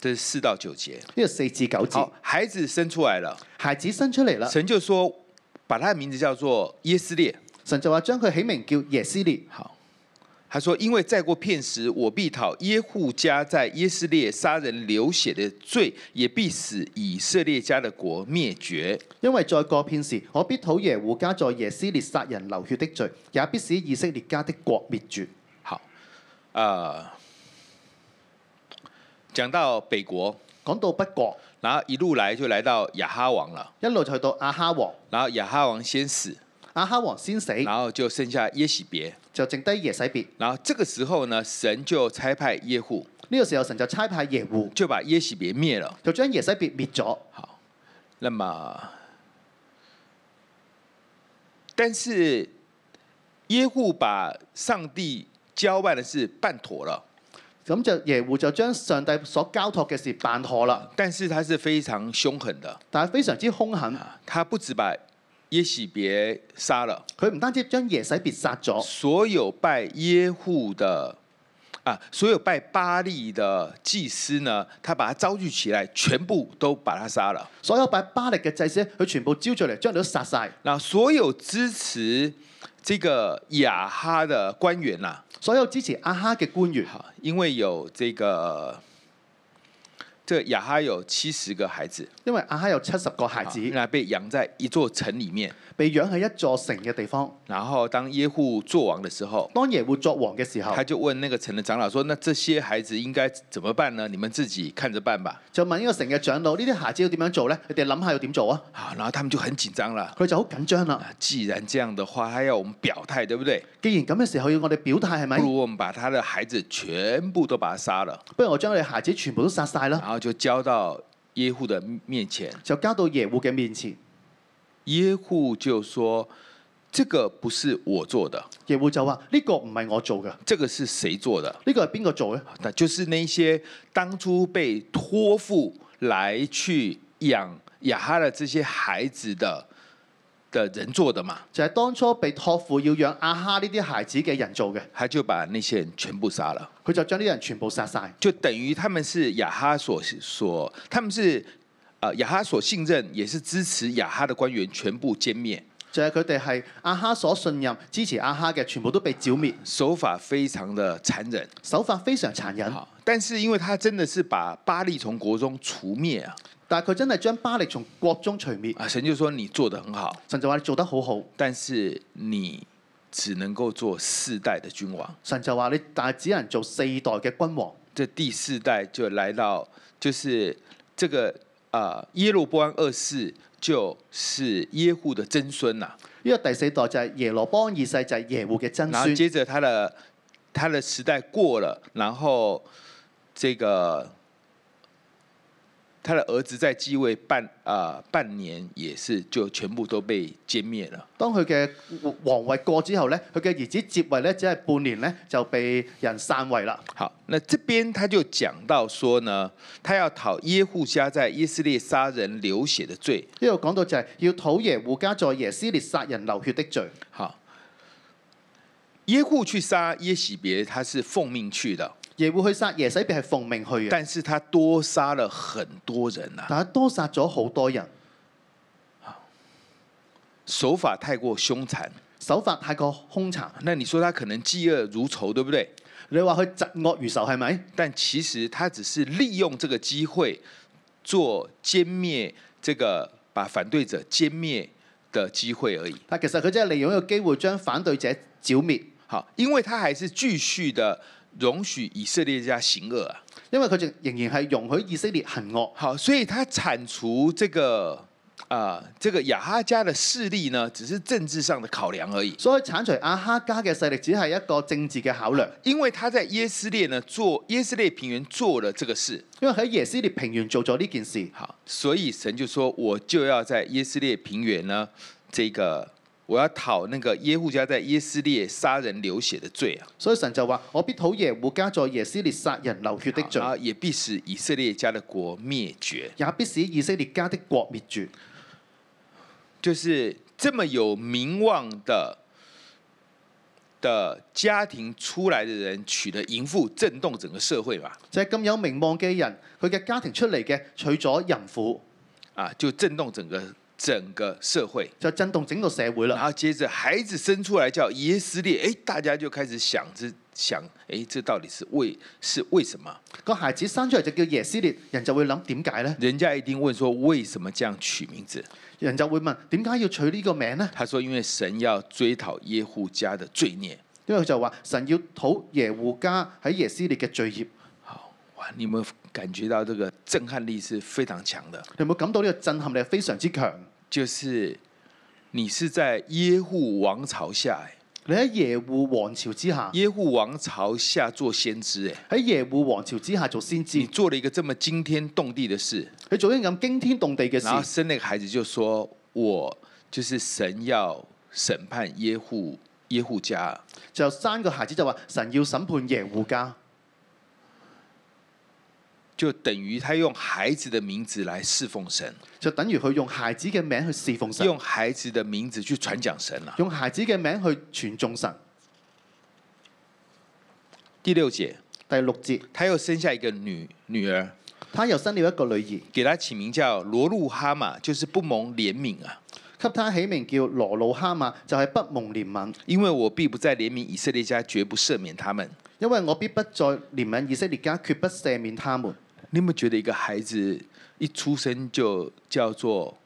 [SPEAKER 2] 這是四到九節。
[SPEAKER 3] 呢個四至九節
[SPEAKER 2] 好，，孩子生出來了，
[SPEAKER 3] 孩子生出嚟啦，
[SPEAKER 2] 神就說，把他的名字叫做耶斯列。
[SPEAKER 3] 神就話將佢起名叫耶斯列。
[SPEAKER 2] 好，他說：“因為再過片時，我必討耶户家在耶斯列杀人流血的罪，也必使以色列家的国灭绝。
[SPEAKER 3] 因為再過片時，我必討耶戶家在耶斯列殺人流血的罪，也必使以色列家的國滅絕。”
[SPEAKER 2] 好，呃，講到北國，
[SPEAKER 3] 講到北國，
[SPEAKER 2] 然後一路來就來到亞哈王了，
[SPEAKER 3] 一路就去到亞哈王，
[SPEAKER 2] 然後亞哈王先死，
[SPEAKER 3] 亞哈王先死，
[SPEAKER 2] 然後就剩下耶洗別，
[SPEAKER 3] 就剩低耶洗別。
[SPEAKER 2] 然後這個時候呢，神就差派耶户，
[SPEAKER 3] 呢、個時候神就差派耶戶，
[SPEAKER 2] 就把耶洗別滅了。
[SPEAKER 3] 就將耶洗別滅咗。
[SPEAKER 2] 好，那么，但是耶户把上帝交办的事办妥了，
[SPEAKER 3] 咁就耶戶就將上帝所交託嘅事辦妥啦，
[SPEAKER 2] 但是他是非常凶狠的，
[SPEAKER 3] 但係非常之兇狠。
[SPEAKER 2] 他不止把耶洗别杀了，
[SPEAKER 3] 佢唔單止將耶洗別殺咗，
[SPEAKER 2] 所有拜耶户的。啊！所有拜巴利的祭司呢，他把他招聚起來，全部都把他殺了。
[SPEAKER 3] 所有拜巴力嘅祭司，佢全部招聚嚟，將佢都殺晒。
[SPEAKER 2] 那所有支持這個亞哈的官啊員呐、
[SPEAKER 3] 所有支持亞哈嘅官員，
[SPEAKER 2] 好，啊因为有这个，这雅哈有七十个孩子，
[SPEAKER 3] 因為亞哈有七十個孩子
[SPEAKER 2] 好那被养在一座城里面。
[SPEAKER 3] 被養喺一座城嘅地方。
[SPEAKER 2] 然后当耶户做王的时候，
[SPEAKER 3] 當耶戶作王嘅時候
[SPEAKER 2] 他，就问那个城的长老说：“那这些孩子应该怎么办呢？你们自己看着办吧。
[SPEAKER 3] 就問呢個城嘅長老：呢啲孩子要點樣做呢？你哋諗下要點做啊？”
[SPEAKER 2] 好，然后他们就很紧张了。
[SPEAKER 3] 佢就好緊張啦。
[SPEAKER 2] 啊既然這樣的話，他要我們表態，對不對？
[SPEAKER 3] 既然咁嘅時候要我哋表態係咪
[SPEAKER 2] 不？如我們把他的孩子全部都把他殺了，
[SPEAKER 3] 不如我將佢哋孩子全部都殺晒啦，
[SPEAKER 2] 然後就交到耶户的面前。
[SPEAKER 3] 就交到耶戶嘅面前。
[SPEAKER 2] 耶户就說：“這個不是我做的，
[SPEAKER 3] 耶戶就話：呢、個唔係我做嘅，呢、
[SPEAKER 2] 這個是誰做的？
[SPEAKER 3] 個係邊個做嘅？
[SPEAKER 2] 那就是那些当初被托付来去养雅哈的这些孩子的的人做的嘛，
[SPEAKER 3] 就係、當初被托付要養亞哈呢啲孩子嘅人做嘅，
[SPEAKER 2] 他就把那些人全部杀了，
[SPEAKER 3] 佢就將呢啲人全部殺晒。
[SPEAKER 2] 就等于他们是雅哈所所，他们是呃雅哈所信任，也是支持雅哈的官员全部歼灭，
[SPEAKER 3] 就係佢哋係亞哈所信任、支持亞哈嘅，全部都被剿滅，
[SPEAKER 2] 手法非常的残忍。
[SPEAKER 3] 手法非常殘忍。
[SPEAKER 2] 好，但是因为他真的是把巴利从国中除灭啊，
[SPEAKER 3] 但係佢真係將巴力從國中除滅，
[SPEAKER 2] 啊神就说你做的很好，
[SPEAKER 3] 神就話你做得好好。
[SPEAKER 2] 但是你只能够做世代的君王。
[SPEAKER 3] 神就話你，但係只能做四代嘅君王。
[SPEAKER 2] 这第四代就来到，就是这个啊、呃耶罗波安二世就是耶户的曾孙呐、
[SPEAKER 3] 呢、個第四代就係耶羅波安二世，就係耶戶嘅曾
[SPEAKER 2] 然后
[SPEAKER 3] 孫。
[SPEAKER 2] 接着他的他的时代过了，然后这个他的儿子在继位半啊、半年，也是就全部都被歼灭了。
[SPEAKER 3] 當佢嘅皇位過之後呢，佢嘅兒子接位呢，只係半年呢，就被人散位啦。
[SPEAKER 2] 好，那这边他就讲到说呢，他要讨耶户家在耶斯列杀人流血的罪。
[SPEAKER 3] 呢度講到就係要討耶戶家在耶斯列殺人流血的罪。
[SPEAKER 2] 好，耶户去杀耶洗别，他是奉命去的，
[SPEAKER 3] 耶戶去殺耶洗別係奉命去嘅，
[SPEAKER 2] 但是他多杀了很多人啊呐、
[SPEAKER 3] 但係多殺咗好多人，
[SPEAKER 2] 手法太过凶残。
[SPEAKER 3] 手法太過兇殘。
[SPEAKER 2] 那你说他可能嫉恶如仇，對不對？
[SPEAKER 3] 你話佢疾惡如仇係咪？
[SPEAKER 2] 但其實他只是利用這個機會做歼滅這個把反對者歼滅的機會而已。
[SPEAKER 3] 但其實佢真係利用一個機會將反對者剿滅，
[SPEAKER 2] 好，因為他還是繼續的容許以色列家行惡啊。
[SPEAKER 3] 因為佢仲仍然係容許以色列行惡，
[SPEAKER 2] 好，所以他鏟除這個啊、这个亚哈家的势力呢，只是政治上的考量而已，
[SPEAKER 3] 所以剷除阿哈家嘅勢力只係一個政治嘅考量，
[SPEAKER 2] 因为他在耶斯列呢做耶斯列平原做了这个事，
[SPEAKER 3] 因為喺耶斯列平原做咗呢件事，
[SPEAKER 2] 好，所以神就说，我就要在耶斯列平原呢，这个我要讨那个耶户家在耶斯列杀人流血的罪啊，
[SPEAKER 3] 所以神就話：我必討耶户家在耶斯列殺人流血的罪
[SPEAKER 2] 然，后啊也必使以色列家的国灭绝。
[SPEAKER 3] 也必使以色列家的國滅絕。
[SPEAKER 2] 就是这么有名望的的家庭出来的人，娶了淫妇，震动整个社会嘛，
[SPEAKER 3] 就係咁有名望嘅人，佢嘅家庭出嚟嘅娶咗淫婦，
[SPEAKER 2] 啊，就震动整个整个社会。
[SPEAKER 3] 就震動整個社會
[SPEAKER 2] 然
[SPEAKER 3] 啦。
[SPEAKER 2] 后接着孩子生出来叫耶斯列，哎，大家就开始想这想，哎，这到底是为是为什么？
[SPEAKER 3] 個孩子生出嚟就叫耶斯列，人就會諗點解呢？
[SPEAKER 2] 人家一定问说为什么这样取名字？
[SPEAKER 3] 人就會問點解要取呢個名呢？
[SPEAKER 2] 他说因为神要追讨耶户家的罪孽。
[SPEAKER 3] 因為佢就話神要討耶户家喺耶斯列嘅罪孽。
[SPEAKER 2] 好哇，你有没有感觉到这个震撼力是非常强的？
[SPEAKER 3] 你有冇感到呢個震撼力係非常之強？
[SPEAKER 2] 就是你是在耶户王朝下，哎
[SPEAKER 3] 你喺耶户王朝之下，
[SPEAKER 2] 耶户王朝下做先知，哎，
[SPEAKER 3] 喺耶户王朝之下做先知
[SPEAKER 2] 你，做了一个这么惊天动地的事，
[SPEAKER 3] 佢做啲咁驚天動地嘅
[SPEAKER 2] 然后
[SPEAKER 3] 事，
[SPEAKER 2] 生那个孩子就说：“我就是神要审判耶户耶户家。
[SPEAKER 3] 就生個孩子就話神要審判耶户家，”
[SPEAKER 2] 就等于他用孩子的名字来侍奉神，
[SPEAKER 3] 就等於佢用孩子嘅名去侍奉神，
[SPEAKER 2] 用孩子的名字去传讲神了、
[SPEAKER 3] 用孩子嘅名去傳眾神。
[SPEAKER 2] 第六节，
[SPEAKER 3] 第六節，
[SPEAKER 2] 他又生下一个女女儿，
[SPEAKER 3] 他又生了一個女兒，
[SPEAKER 2] 给她起名叫罗路哈玛，就是不蒙怜悯啊，
[SPEAKER 3] 給他起名叫羅魯哈嘛，就係、不蒙憐憫，
[SPEAKER 2] 因为我必不再怜悯以色列家，绝不赦免他们。
[SPEAKER 3] 因為我必不再憐憫以色列家，決不赦免他們。
[SPEAKER 2] 你有没有觉得一个孩子一出生就叫做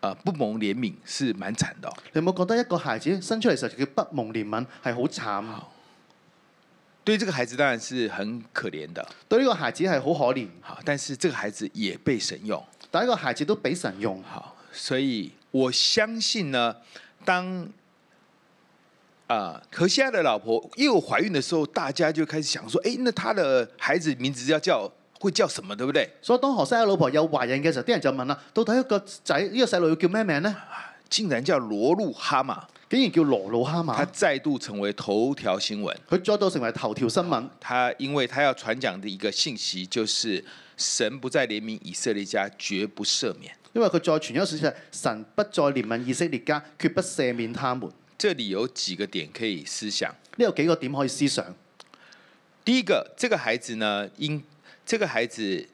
[SPEAKER 2] 呃不蒙怜悯是蛮惨的哦、
[SPEAKER 3] 你有冇覺得一個孩子生出嚟時候就叫不蒙憐憫係好慘？
[SPEAKER 2] 对这个孩子当然是很可怜的，
[SPEAKER 3] 對呢個孩子係好可憐，
[SPEAKER 2] 好，但是这个孩子也被神用，
[SPEAKER 3] 但呢個孩子都俾神用。
[SPEAKER 2] 好，所以我相信呢，当啊、何西阿的老婆又怀孕的时候，大家就开始想说，哎，那他的孩子名字要叫会叫什么，对不对？
[SPEAKER 3] 所以當何西阿老婆有懷孕嘅時候，啲人就問啦：到底一個仔呢、個細路要叫咩名呢？
[SPEAKER 2] 竟然叫罗路哈玛，
[SPEAKER 3] 竟然叫羅魯哈
[SPEAKER 2] 他
[SPEAKER 3] 馬，
[SPEAKER 2] 再度成为头条新闻。
[SPEAKER 3] 佢再度成為頭條新聞。
[SPEAKER 2] 他因为他要传讲的一个信息就是，神不再怜悯以色列家，绝不赦免。
[SPEAKER 3] 因為佢再傳一個信息係，神不再憐憫以色列家，決不赦免他們。
[SPEAKER 2] 这里有几个点可以思想。
[SPEAKER 3] 呢有幾個點可以思想。
[SPEAKER 2] 第一个，这个孩子呢，应这个孩子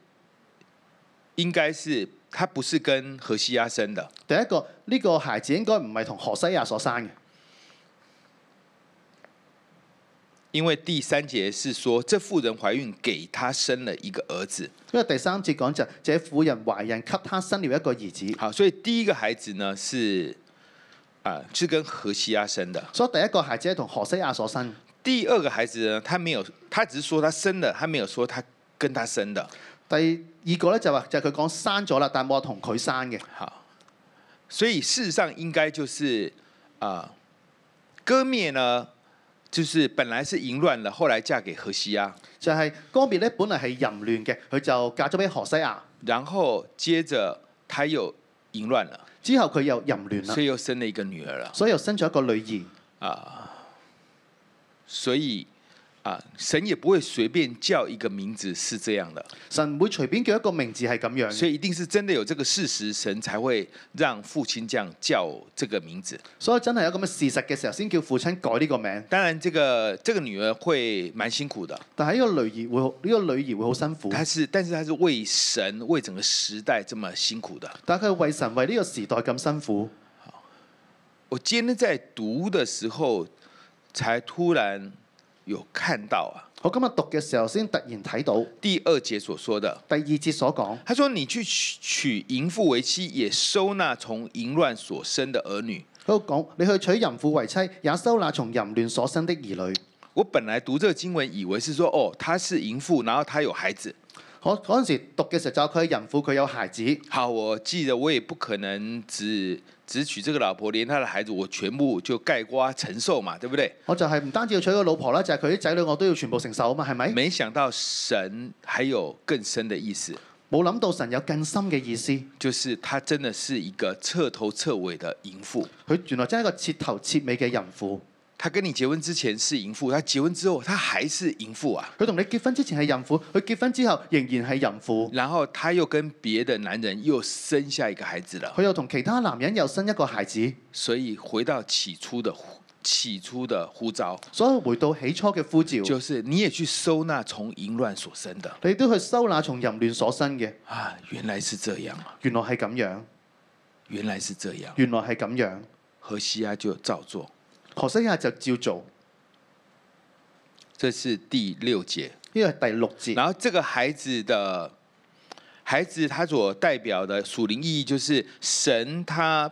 [SPEAKER 2] 应该是他不是跟荷西阿生的，
[SPEAKER 3] 第一個呢、個孩子應該唔係同何西亞所生嘅，
[SPEAKER 2] 因为第三节是说这妇人怀孕给他生了一个儿子。
[SPEAKER 3] 因為第三節講就係這婦人懷孕，給他生了一個兒子，
[SPEAKER 2] 好，所以第一个孩子呢是啊、是跟荷西阿生的。
[SPEAKER 3] 所以第一個孩子係同何西亞所生。
[SPEAKER 2] 第二个孩子呢，他没有，他只是说他生了，他没有说他跟他生的。
[SPEAKER 3] 第二個咧就話就係佢講生咗啦，但冇話同佢生嘅，
[SPEAKER 2] 好，所以事实上应该就是啊、割灭呢，就是本来是淫乱的，后来嫁给荷西阿，
[SPEAKER 3] 就係哥別咧本嚟係淫亂嘅，佢就嫁咗俾何西亞，
[SPEAKER 2] 然后接着他又淫乱了，
[SPEAKER 3] 之後佢又淫亂啦
[SPEAKER 2] 所，以又生了一个女儿了
[SPEAKER 3] 所以又生咗一個女兒。
[SPEAKER 2] 啊、所以啊、神也不会随便叫一个名字是这样的，
[SPEAKER 3] 神唔會隨便叫一個名字係咁樣嘅，
[SPEAKER 2] 所以一定是真的有这个事实，神才会让父亲这样叫这个名字。
[SPEAKER 3] 所以真係有咁嘅事實嘅時候，先叫父親改呢個名。
[SPEAKER 2] 当然，这个这个女儿会蛮辛苦的。
[SPEAKER 3] 但係呢個女兒會好，呢、個女兒會好辛苦，
[SPEAKER 2] 他是，但是他是为神、为整个时代这么辛苦的。
[SPEAKER 3] 但係佢為神為呢個時代咁辛苦。
[SPEAKER 2] 我今天在读的时候，才突然有看到啊，
[SPEAKER 3] 我今日讀嘅時候先突然睇到
[SPEAKER 2] 第二节所说的，
[SPEAKER 3] 第二節所講，
[SPEAKER 2] 他说：“你去娶娶淫妇为妻，也收纳从淫乱所生的儿女。
[SPEAKER 3] 佢講你去娶淫婦為妻，也收納從淫亂所生的兒女。”
[SPEAKER 2] 我本来读这个经文，以为是说，哦，她是淫妇，然后她有孩子，
[SPEAKER 3] 我嗰陣時讀嘅時候就話佢係淫婦，佢有孩子。
[SPEAKER 2] 好，我记得我也不可能只只娶这个老婆，连她的孩子我全部就盖瓜承受嘛，对不对？
[SPEAKER 3] 我就係唔單止要娶個老婆啦，就係佢啲仔女我都要全部承受啊嘛，係咪？
[SPEAKER 2] 没想到神还有更深的意思，
[SPEAKER 3] 冇諗到神有更深嘅意思，
[SPEAKER 2] 就是她真的是一个彻头彻尾的淫妇。
[SPEAKER 3] 佢原來真係一個徹頭徹尾嘅淫婦。
[SPEAKER 2] 她跟你结婚之前是淫妇，她结婚之后她还是淫妇啊。
[SPEAKER 3] 佢同你結婚之前係淫婦，佢結婚之後仍然係淫婦。
[SPEAKER 2] 然后她又跟别的男人又生下一个孩子了，
[SPEAKER 3] 佢又同其他男人又生一個孩子，
[SPEAKER 2] 所以回到起初的呼起初的呼召，
[SPEAKER 3] 所以回到起初嘅呼召，
[SPEAKER 2] 就是你也去收纳从淫乱所生的
[SPEAKER 3] 你都去收那從淫亂所生嘅。
[SPEAKER 2] 啊，原来是这样啊，
[SPEAKER 3] 原來係咁樣，
[SPEAKER 2] 原来是这样。
[SPEAKER 3] 原來係咁樣。
[SPEAKER 2] 何西阿就照做，
[SPEAKER 3] 何西亞就照做，
[SPEAKER 2] 这是第六节。
[SPEAKER 3] 呢個係第六節。
[SPEAKER 2] 然后这个孩子的孩子，他所代表的属灵意义就是神他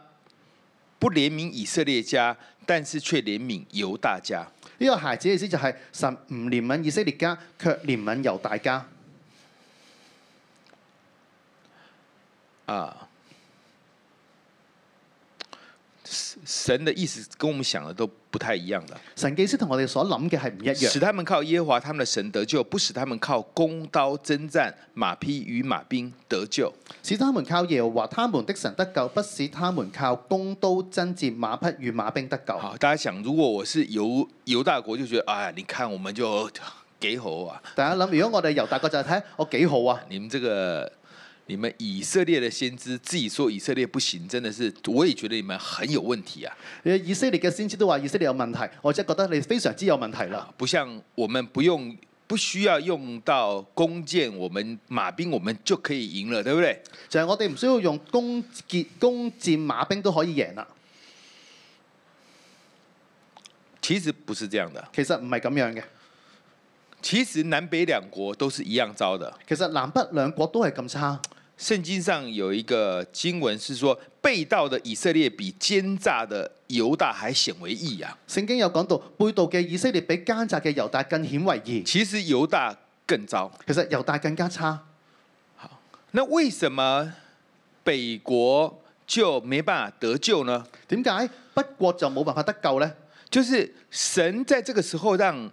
[SPEAKER 2] 不怜悯以色列家，但是却怜悯犹大家。
[SPEAKER 3] 呢個孩子嘅意思就係神唔憐憫以色列家，卻憐憫猶大家。
[SPEAKER 2] 啊，神神的意思跟我们想的都不太一样的，
[SPEAKER 3] 神嘅意思同我哋所諗嘅係唔一
[SPEAKER 2] 使
[SPEAKER 3] 樣。
[SPEAKER 2] 他们靠耶和华他们的神得救，不使他们靠弓刀征战、马匹与马兵得救。
[SPEAKER 3] 使他們靠耶和華他們的神得救，不使他們靠弓刀爭戰、馬匹與馬兵得救。
[SPEAKER 2] 好，大家想，如果我是犹犹大国，就觉得啊，你看我们就给猴啊，
[SPEAKER 3] 大家諗，如果我哋猶大國就係睇我幾好啊！
[SPEAKER 2] 你们这个。你们以色列的先知自己说以色列不行，真的是，我也觉得你们很有问题啊！
[SPEAKER 3] 以色列嘅先知都話以色列有問題，我真係覺得你非常之有問題啦。
[SPEAKER 2] 不像我们不用不需要用到弓箭，我们马兵我们就可以赢了，对不对？
[SPEAKER 3] 就係我哋唔需要用弓箭、弓箭、馬兵都可以贏啦。
[SPEAKER 2] 其實不是这样的，
[SPEAKER 3] 其實唔係咁樣嘅。
[SPEAKER 2] 其實南北兩國都是一樣糟的。
[SPEAKER 3] 其實南北兩國都係咁差。
[SPEAKER 2] 圣经上有一个经文是说，被盗的以色列比奸诈的犹大还显为义啊。
[SPEAKER 3] 聖經有講到背道嘅以色列比奸詐嘅猶大更顯為義，
[SPEAKER 2] 其實猶大更糟。
[SPEAKER 3] 其實猶大更加差。
[SPEAKER 2] 那為什麼北國就沒辦法得救呢？
[SPEAKER 3] 點解北國就冇辦法得救呢？
[SPEAKER 2] 就是神在这个时候让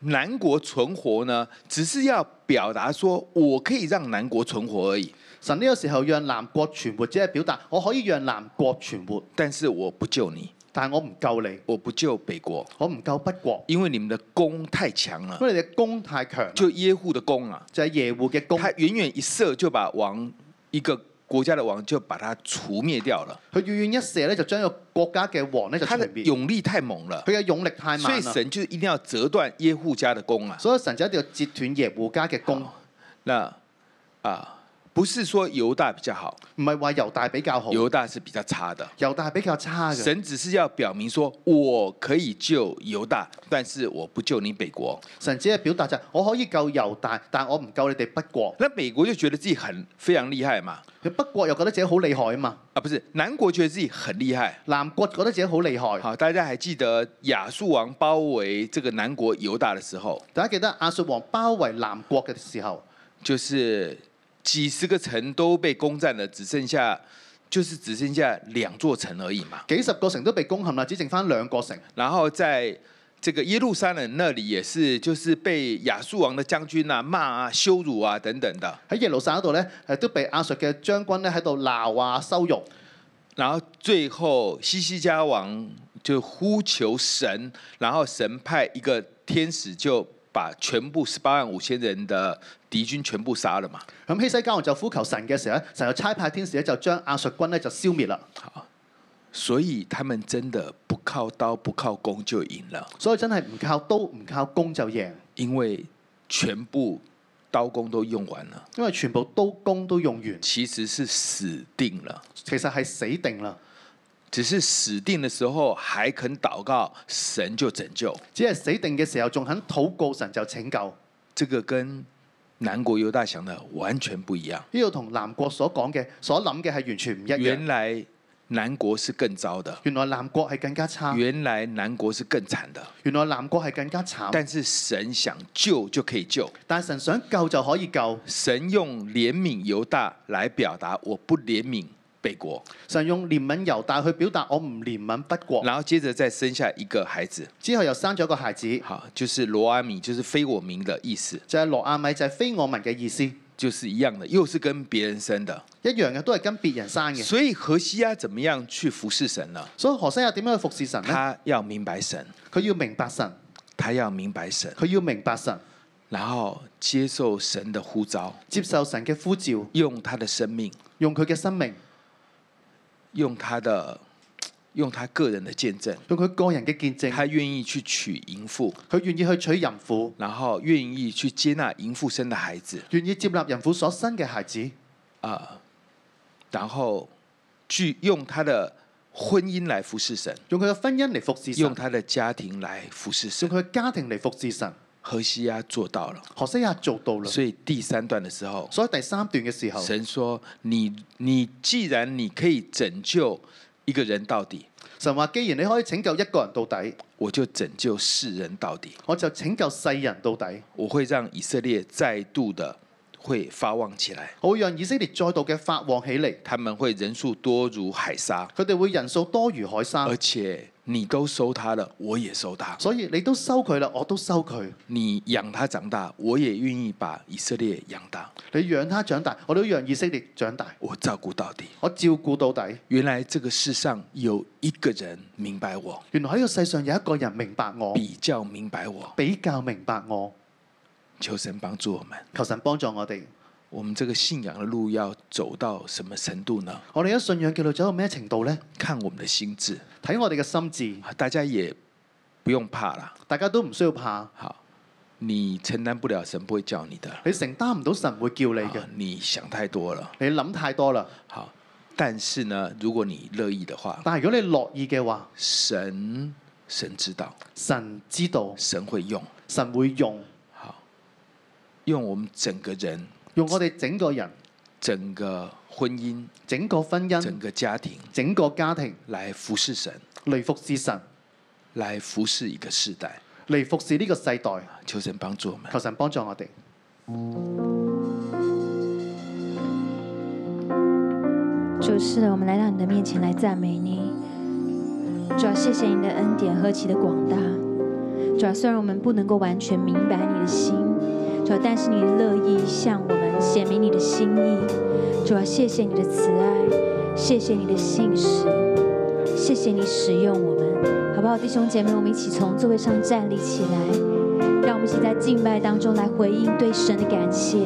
[SPEAKER 2] 南國存活呢，只是要表達說我可以讓南國存活而已，
[SPEAKER 3] 神呢個時候讓南國存活，只係表達我可以讓南國存活，
[SPEAKER 2] 但是我不救你，
[SPEAKER 3] 但係我唔救你，
[SPEAKER 2] 我不救北國，
[SPEAKER 3] 我唔救北國，
[SPEAKER 2] 因為你們的弓太強了
[SPEAKER 3] 因。為你嘅弓太強啦，
[SPEAKER 2] 就耶户的弓啊，
[SPEAKER 3] 就係耶戶嘅弓，
[SPEAKER 2] 他
[SPEAKER 3] 佢
[SPEAKER 2] 远远一射就把王一个国家的王就把他除灭掉了，
[SPEAKER 3] 遠遠一射咧就將個國家嘅王咧就除
[SPEAKER 2] 他的
[SPEAKER 3] 滅，
[SPEAKER 2] 勇力太猛了，
[SPEAKER 3] 佢嘅勇力太
[SPEAKER 2] 所以
[SPEAKER 3] 猛啦，
[SPEAKER 2] 神就一定要折断耶户家的弓啊。
[SPEAKER 3] 所以神就一定要截斷耶戶家嘅弓，
[SPEAKER 2] 那啊，不是说犹大比较好，
[SPEAKER 3] 唔係話猶大比較好，
[SPEAKER 2] 犹大是比较差的。
[SPEAKER 3] 猶大係比較差嘅。
[SPEAKER 2] 神只是要表明说，我可以救犹大，但是我不救你北国。
[SPEAKER 3] 神只係表達就係我可以救猶大，但我唔救你哋北國。
[SPEAKER 2] 那美国就覺得自己很非常厲害嘛，
[SPEAKER 3] 你北國又覺得自己好厲害啊嘛，
[SPEAKER 2] 啊，不是南國覺得自己很厲害，
[SPEAKER 3] 南國覺得自己好厲害。
[SPEAKER 2] 好，大家还记得亚述王包围这个南国犹大的时候，
[SPEAKER 3] 大家記得亞述王包圍南國嘅時候，
[SPEAKER 2] 就是几十个城都被攻占了，只剩下就是只剩下两座城而已嘛。
[SPEAKER 3] 幾十個城都被攻陷啦，只剩翻兩個城。
[SPEAKER 2] 然后在这个耶路撒冷那里也是，就是被亚述王的将军啊骂啊、羞辱啊等等的。
[SPEAKER 3] 喺耶路撒冷嗰度咧，誒都被亞述嘅將軍咧喺度鬧啊、羞辱。
[SPEAKER 2] 然后最后西西家王就呼求神，然后神派一个天使就把全部十八万五千人的敌军全部杀了嘛。
[SPEAKER 3] 咁希西家王就呼求神嘅時候咧，神就差派天使咧就將亞述軍咧就消滅啦。
[SPEAKER 2] 所以他们真的不靠刀不靠弓就赢了，
[SPEAKER 3] 所以真係唔靠刀唔靠弓就贏，
[SPEAKER 2] 因为全部刀弓都用完了，
[SPEAKER 3] 因為全部刀弓都用完，
[SPEAKER 2] 其实是死定了。
[SPEAKER 3] 其實係死定啦。
[SPEAKER 2] 只是死定的时候还肯祷告，神就拯救。
[SPEAKER 3] 只係死定嘅時候仲肯禱告神就拯救。
[SPEAKER 2] 这个跟南国犹大想的完全不一样。
[SPEAKER 3] 呢度同南國所講嘅、所諗嘅係完全唔一
[SPEAKER 2] 原
[SPEAKER 3] 樣。
[SPEAKER 2] 来南国是更糟的，
[SPEAKER 3] 原來南國係更加差，
[SPEAKER 2] 原来南国是更惨的。
[SPEAKER 3] 原來南國係更加慘。
[SPEAKER 2] 但是神想救就可以救，
[SPEAKER 3] 但神想救就可以救，
[SPEAKER 2] 神用怜悯犹大来表达我不怜悯北国，
[SPEAKER 3] 神用憐憫猶大去表達我唔憐憫北國。
[SPEAKER 2] 然后接着再生下一个孩子，
[SPEAKER 3] 之後又生咗一個孩子，
[SPEAKER 2] 好，就是羅阿米，就是非我民的意思，
[SPEAKER 3] 就係、羅亞米，就係非我民嘅意思，一
[SPEAKER 2] 就是一樣的，又是跟别人生的。
[SPEAKER 3] 樣嘅都係跟別人生嘅。
[SPEAKER 2] 所以何西亞怎么樣去服侍神呢？
[SPEAKER 3] 所以何西亞點樣去服侍神呢？
[SPEAKER 2] 他要明白神，
[SPEAKER 3] 佢要明白神，
[SPEAKER 2] 他要明白神，
[SPEAKER 3] 佢要明白神，
[SPEAKER 2] 然後接受神的呼召，
[SPEAKER 3] 接受神嘅呼召，
[SPEAKER 2] 用他的生命，
[SPEAKER 3] 用佢嘅生命，
[SPEAKER 2] 用他的，用他个人的见证，
[SPEAKER 3] 用佢個人嘅見證，
[SPEAKER 2] 他願意去娶淫妇，
[SPEAKER 3] 佢願意去娶淫婦，
[SPEAKER 2] 然後願意去接納淫妇生的孩子
[SPEAKER 3] 願意接納淫婦所生嘅孩子，
[SPEAKER 2] 啊、然後去用他的婚姻來服侍神。
[SPEAKER 3] 用佢嘅婚姻嚟服侍神，
[SPEAKER 2] 用
[SPEAKER 3] 用
[SPEAKER 2] 他的家庭来服侍神。
[SPEAKER 3] 佢嘅家庭嚟服侍神。
[SPEAKER 2] 何西阿做到了，
[SPEAKER 3] 何西亞做到啦。
[SPEAKER 2] 所以第三段的时候，
[SPEAKER 3] 所以第三段嘅時候，
[SPEAKER 2] 神说：“你你既然你可以拯救一个人到底，
[SPEAKER 3] 神話：既然你可以拯救一個人到底，
[SPEAKER 2] 我就拯救世人到底。
[SPEAKER 3] 我就拯救世人到底。
[SPEAKER 2] 我会让以色列再度的会发旺起来，
[SPEAKER 3] 我會讓以色列再度嘅發旺起嚟，
[SPEAKER 2] 他们會人數多如海沙，
[SPEAKER 3] 佢哋會人數多如海沙
[SPEAKER 2] 而。且你都收他了，我也收他。
[SPEAKER 3] 所以你都收佢啦，我都收佢。
[SPEAKER 2] 你养他长大，我也愿意把以色列养大，
[SPEAKER 3] 你養他長大，我都讓以色列長大，
[SPEAKER 2] 我照顾到底。”
[SPEAKER 3] 我照顧到底。
[SPEAKER 2] 原来这个世上有一个人明白我，
[SPEAKER 3] 原來喺呢個世上有一個人明白我，
[SPEAKER 2] 比较明白我。
[SPEAKER 3] 比較明白我。
[SPEAKER 2] 求神帮助我们，
[SPEAKER 3] 求神幫助我哋。
[SPEAKER 2] 我们这个信仰的路要走到什么程度呢？
[SPEAKER 3] 我哋嘅信仰嘅路走到咩程度呢？
[SPEAKER 2] 看我们的心智，
[SPEAKER 3] 睇我哋嘅心智，
[SPEAKER 2] 大家也不用怕啦。
[SPEAKER 3] 大家都唔需要怕。
[SPEAKER 2] 好，你承担不了，神不会叫你的。
[SPEAKER 3] 你承擔唔到神會叫你嘅
[SPEAKER 2] 啊，你想太多了。
[SPEAKER 3] 你諗太多啦。
[SPEAKER 2] 好，但是呢，如果你乐意的话，
[SPEAKER 3] 但係如果你樂意嘅話，
[SPEAKER 2] 神神知道，
[SPEAKER 3] 神知道，
[SPEAKER 2] 神会用，
[SPEAKER 3] 神會用
[SPEAKER 2] 好，用我们整个人、
[SPEAKER 3] 用我哋整個人、
[SPEAKER 2] 整个婚姻、
[SPEAKER 3] 整個婚
[SPEAKER 2] 整
[SPEAKER 3] 姻、
[SPEAKER 2] 个家庭。
[SPEAKER 3] 整個家庭
[SPEAKER 2] 来服侍神，
[SPEAKER 3] 嚟服侍神，
[SPEAKER 2] 来服侍一个世代。
[SPEAKER 3] 嚟服侍呢個世代。
[SPEAKER 2] 求神帮助我们
[SPEAKER 3] 求。神幫助我哋。
[SPEAKER 4] 主是的，我们来到你的面前来赞美你。主啊，谢谢你的恩典何其的广大。主啊，虽然我们不能够完全明白你的心，主啊，但是你乐意向我们显明你的心意。主啊，谢谢你的慈爱，谢谢你的信实，谢谢你使用我们，好不好，弟兄姐妹？我们一起从座位上站立起来，让我们一起在敬拜当中来回应对神的感谢，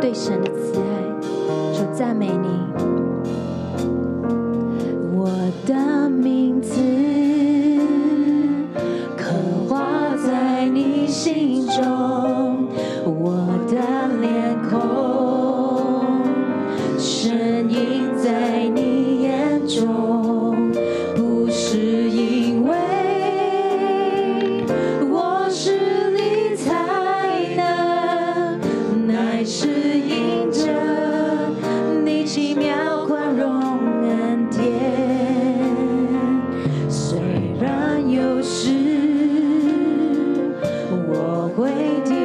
[SPEAKER 4] 对神的慈爱。主赞美你。我的名字刻画在你心中，我的脸孔深印在你眼中，不是因为我是你才能，乃是因着你奇妙宽容恩典。虽然有时我会跌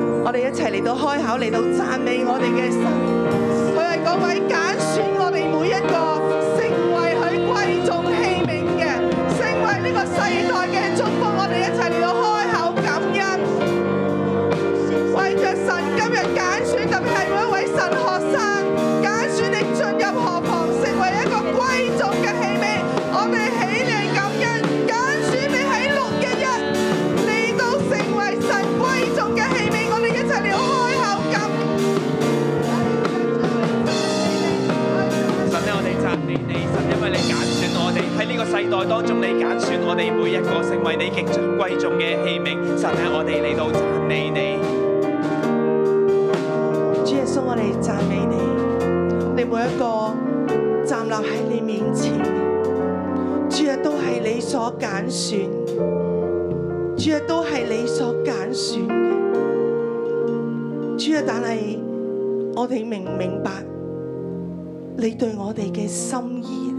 [SPEAKER 5] 口嚟到讚美我哋嘅神。佢係嗰位揀選我哋每一個成為佢貴重器皿嘅，成為呢個世代嘅祝福。我哋一齊嚟到開口感恩。為着神今日揀選，特別係每一位神學生揀選你進入何房，成為一個貴重嘅器皿。我哋起嚟感恩，揀選你喺六一一嚟到成為神貴重嘅器皿。我哋一齊嚟開口感
[SPEAKER 6] 神咧，我哋讚美你，神，因為你揀選我哋喺呢個世代當中，你揀選我哋每一個成為你極貴重嘅器皿。神咧，我哋嚟到讚美你。
[SPEAKER 5] 主耶穌，我哋讚美你，你每一個站立喺你面前，主啊，都係你所揀選，主啊，都係你所揀選嘅，主啊，但係我哋明唔明白你對我哋嘅心意？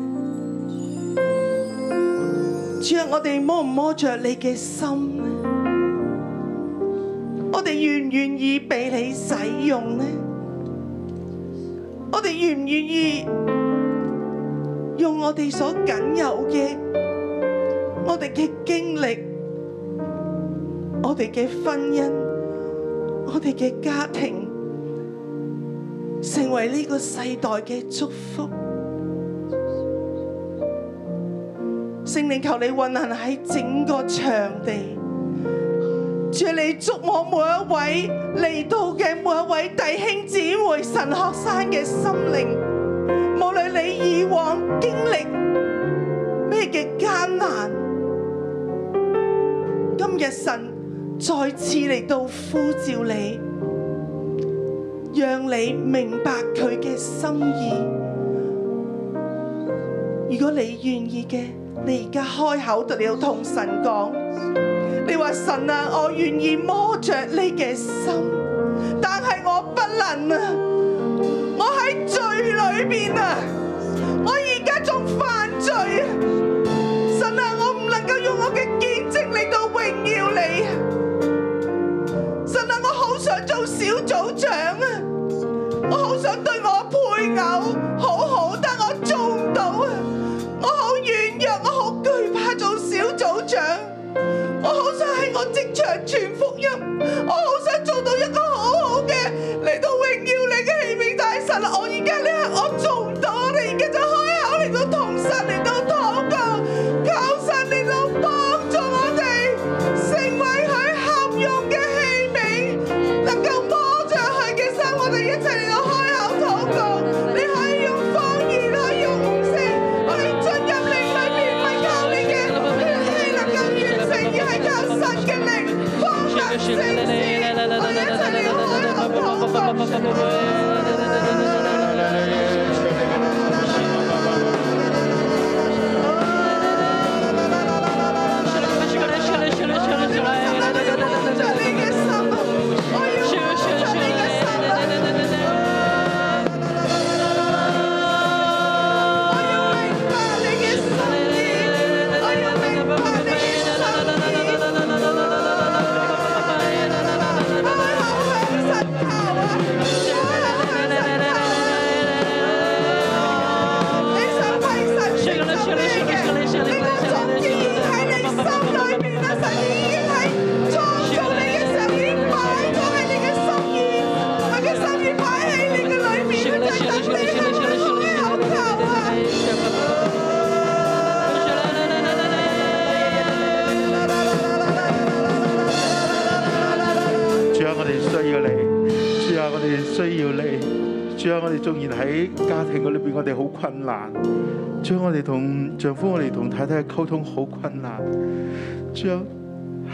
[SPEAKER 5] 主啊，我哋摸唔摸着你嘅心呢？我哋願唔願意被你使用呢？我哋願唔願意用我哋所僅有嘅、我哋嘅經歷、我哋嘅婚姻、我哋嘅家庭，成為呢個世代嘅祝福？聖靈求你運行喺整個場地。主你觸摸每一位嚟到嘅每一位弟兄姊妹、神學生嘅心靈，無論你以往經歷咩嘅艱難，今日神再次嚟到呼召你，讓你明白佢嘅心意。如果你願意嘅，你而家開口對你同神講。你話神啊，我願意摸着你嘅心，但係我不能啊！我喺罪裏邊啊！我而家仲犯罪啊！神啊，我唔能夠用我嘅見證嚟到榮耀你啊！神啊，我好想做小組長啊！我好想對我配偶好好，但我做唔到啊！我好軟弱，我好懼怕做小組長。我好想喺我職場傳福音，我好想做到一個好好嘅嚟到榮耀你嘅器皿，但係神啊，我而家呢刻我做唔到，我哋而家就開口嚟到同神嚟到禱告，求神嚟到幫助我哋成為佢合用嘅器皿，能夠摸着佢嘅心，我哋一齊嚟到開口禱告。你可以用方言，可以用悟性，可以進入靈裏邊，唔係靠你嘅血氣能夠完成，而係靠神嘅靈方能成事。我哋一齊嚟到開口禱告。我要你嘅心，我要着你嘅心，我要明白你嘅心意，我要明白你嘅心意。我好向神求啊，我向神求啊，你想為神傳授咩嘅？你嗰種意義喺你心裏邊啊，神已經喺創造你嘅時候已經擺咗喺你嘅心意，佢嘅心意擺喺你嘅裏面，佢就等你去開口求啊！
[SPEAKER 7] 主啊，我哋需要你，主啊，我哋需要你，主啊，我哋縱然喺家庭嗰裏邊，我哋好困難，主啊，我哋同丈夫、我哋同太太嘅溝通好困難，主啊，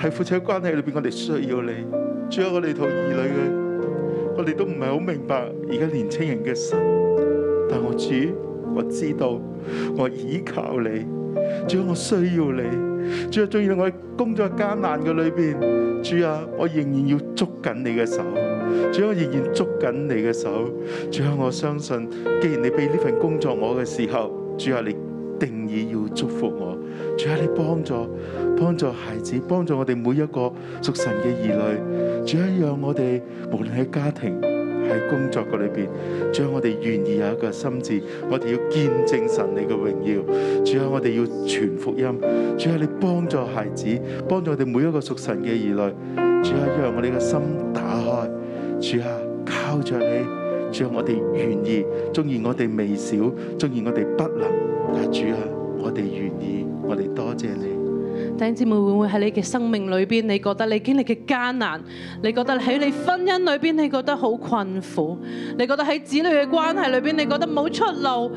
[SPEAKER 7] 喺夫妻關係裏邊，我哋需要你，主啊，我哋同兒女嘅，我哋都唔係好明白而家年青人嘅心，但我主，我知道，我依靠你，主啊，我需要你，主啊，縱然我喺工作艱難嘅裏邊。主啊，我仍然要捉緊你嘅手，主啊，我仍然捉緊你嘅手，主啊，我相信，既然你俾呢份工作我嘅時候，主啊，你定意要祝福我，主啊，你幫助幫助孩子，幫助我哋每一個屬神嘅兒女，主啊，讓我哋無論喺家庭、喺工作嘅裏邊，主啊，我哋願意有一個心志，我哋要見證神你嘅榮耀。主啊，我哋要傳福音。主啊，你幫助孩子，幫助我哋每一個屬神嘅兒女。主啊，讓我哋嘅心打開。主啊，靠着你。主啊，我哋願意，縱然我哋微小，縱然我哋不能，但主啊，我哋願意，我哋多謝你。
[SPEAKER 8] 弟兄姊妹會唔會喺你嘅生命裏邊，你覺得你經歷嘅艱難，你覺得喺你婚姻裏邊，你覺得好困苦，你覺得喺子女嘅關係裏邊，你覺得冇出路，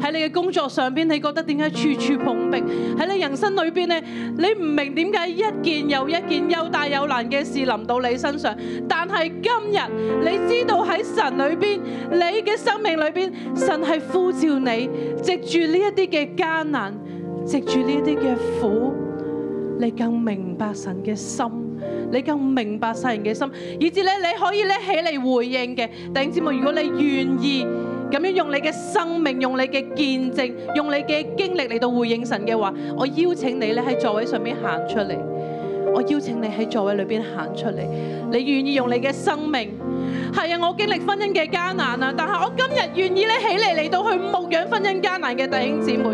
[SPEAKER 8] 喺你嘅工作上邊，你覺得點解處處碰壁？喺你人生裏邊咧，你唔明點解一件又一件又大又難嘅事臨到你身上，但係今日你知道喺神裏邊，你嘅生命裏邊，神係呼召你，藉住呢一啲嘅艱難，藉住呢一啲嘅苦。你更明白神嘅心，你更明白世人嘅心，以至咧你可以咧起嚟回應嘅弟兄姊妹，如果你願意咁樣用你嘅生命、用你嘅見證、用你嘅經歷嚟到回應神嘅話，我邀請你咧喺座位上面行出嚟，我邀請你喺座位裏邊行出嚟，你願意用你嘅生命。係啊，我經歷婚姻嘅艱難啊，但係我今日願意咧起嚟嚟到去牧養婚姻艱難嘅弟兄姊妹。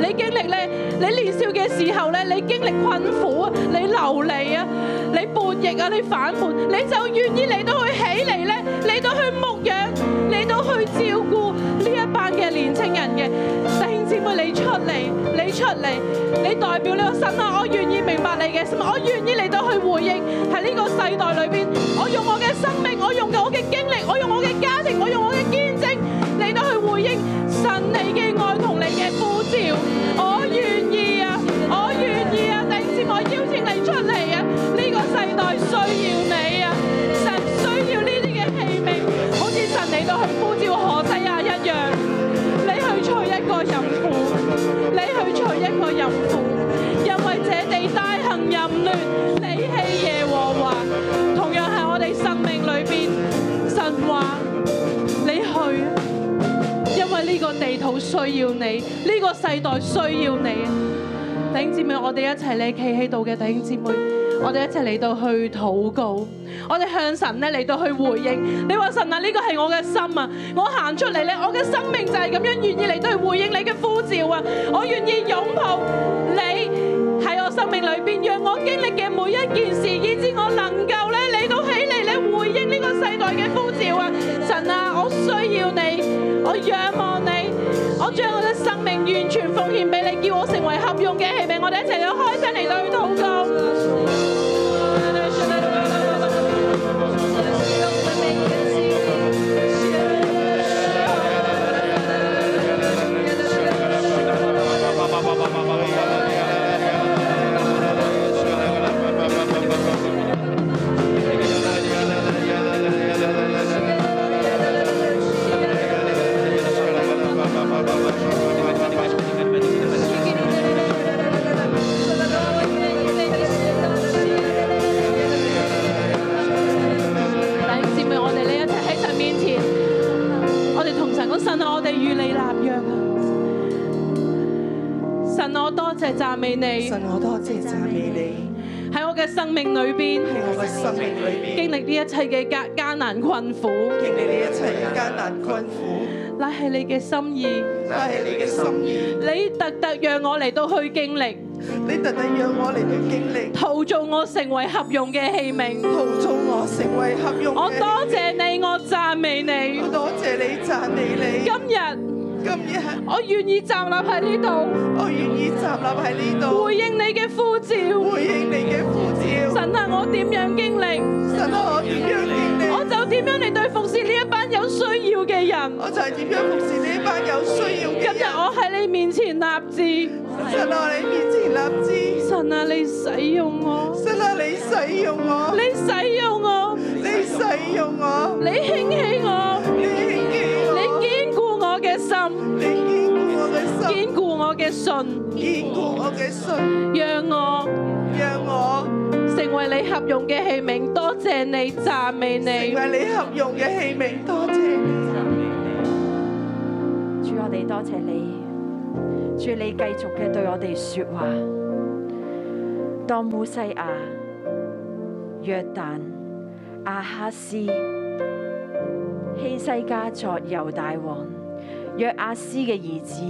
[SPEAKER 8] 你經歷咧，你年少嘅時候咧，你經歷困苦啊，你流離啊，你叛逆啊，你反叛，你就願意嚟到去起嚟咧，嚟到去牧養，嚟到去照顧呢一班嘅年青人嘅弟兄姊妹，你出嚟，你出嚟，你代表呢個神啊，我願意明白你嘅心，我願意嚟到去回應喺呢個世代裏邊，我用我嘅生命，我用我嘅經歷，我用我嘅家庭，我用我嘅見證嚟到去回應神你嘅愛同你嘅呼召。我願意啊，我願意啊，弟兄姊妹，我邀請你出嚟啊！呢個世代需要你啊，神需要呢啲嘅器皿，好似神嚟到去呼召何西亞一樣，你去除一個淫婦，你去除一個淫婦，因為這地大行淫亂，離棄耶和華。同樣係我哋生命裏邊，神話你去啊。因為呢個地土需要你，呢、個世代需要你。弟兄姊妹，我哋一齊咧企喺度嘅弟兄姊妹，我哋一齊嚟到去禱告，我哋向神咧嚟到去回應。你話神啊，呢個係我嘅心啊，我行出嚟咧，我嘅生命就係咁樣願意嚟到去回應你嘅呼召啊，我願意擁抱你喺我生命裏邊，讓我經歷嘅每一件事，以致我能夠咧嚟到起嚟咧回應呢個世代嘅呼召啊！神啊，我需要你。我仰望你，我將我嘅生命完全奉獻俾你，叫我成為合用嘅器皿。我哋一齊去開聲嚟到去禱告。弟兄姊妹，我哋呢一齊喺神面前，我哋同神講神啊，我哋與你立約啊！神啊，我多謝讚美你，
[SPEAKER 5] 神，我多謝讚美你，
[SPEAKER 8] 喺我嘅生命裏邊
[SPEAKER 5] 喺我嘅生命裏面
[SPEAKER 8] 經歷呢一切嘅艱艱難困苦，
[SPEAKER 5] 經歷你一切嘅艱難困苦，
[SPEAKER 8] 乃係你嘅心意。
[SPEAKER 5] 但係你嘅心意，
[SPEAKER 8] 你特特讓我嚟到去經歷，
[SPEAKER 5] 你特地讓我嚟到經歷，
[SPEAKER 8] 陶造我成為合用嘅器皿。
[SPEAKER 5] 陶造我成為合用
[SPEAKER 8] 我
[SPEAKER 5] 嘅。
[SPEAKER 8] 多謝你，我讚美你
[SPEAKER 5] 我。多謝你讚美你。
[SPEAKER 8] 今日
[SPEAKER 5] 今日
[SPEAKER 8] 我願意站立喺呢
[SPEAKER 5] 我願意站立喺呢
[SPEAKER 8] 度，
[SPEAKER 5] 度
[SPEAKER 8] 回，應你嘅呼召。
[SPEAKER 5] 回應你嘅呼召。
[SPEAKER 8] 神啊，我點樣經歷，
[SPEAKER 5] 神啊，我點樣經歷？
[SPEAKER 8] 我就點樣嚟對服侍呢一班有需要嘅人。
[SPEAKER 5] 我就係點樣服侍呢班有需要
[SPEAKER 8] 今
[SPEAKER 5] 嘅
[SPEAKER 8] 日
[SPEAKER 5] 人。
[SPEAKER 8] 我喺你面前立
[SPEAKER 5] 神啊，你面前立志
[SPEAKER 8] 志，，神啊，你使用我，
[SPEAKER 5] 神啊，你使用我，
[SPEAKER 8] 你使用我，
[SPEAKER 5] 你使用我，
[SPEAKER 8] 你興起我，
[SPEAKER 5] 你興起我，
[SPEAKER 8] 你堅固我嘅心，
[SPEAKER 5] 你堅固我嘅心，
[SPEAKER 8] 堅
[SPEAKER 5] 堅
[SPEAKER 8] 固我嘅信。
[SPEAKER 5] 固我嘅信，
[SPEAKER 8] 让我
[SPEAKER 5] 讓我
[SPEAKER 8] 成为你合用嘅器皿，多谢你，赞美
[SPEAKER 5] 成
[SPEAKER 8] 你。
[SPEAKER 5] 為你合用嘅器皿。多謝你，
[SPEAKER 4] 主，我哋多謝你，主你繼續嘅對我哋說話。當摩西亞、約旦、亞哈斯希西家作猶大王，約阿斯嘅兒子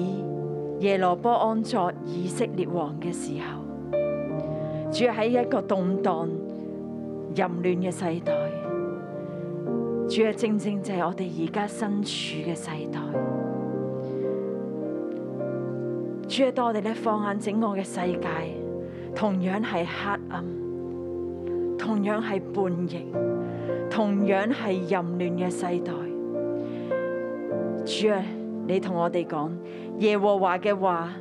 [SPEAKER 4] 耶羅波安作以色列王嘅時候，主要喺一個動盪淫亂嘅世代，主要正正就係我哋而家身處嘅世代。主要當我哋咧放眼整個嘅世界，同樣係黑暗，同樣係叛逆。同樣係淫亂嘅世代。主啊，你同我哋講，耶和華嘅話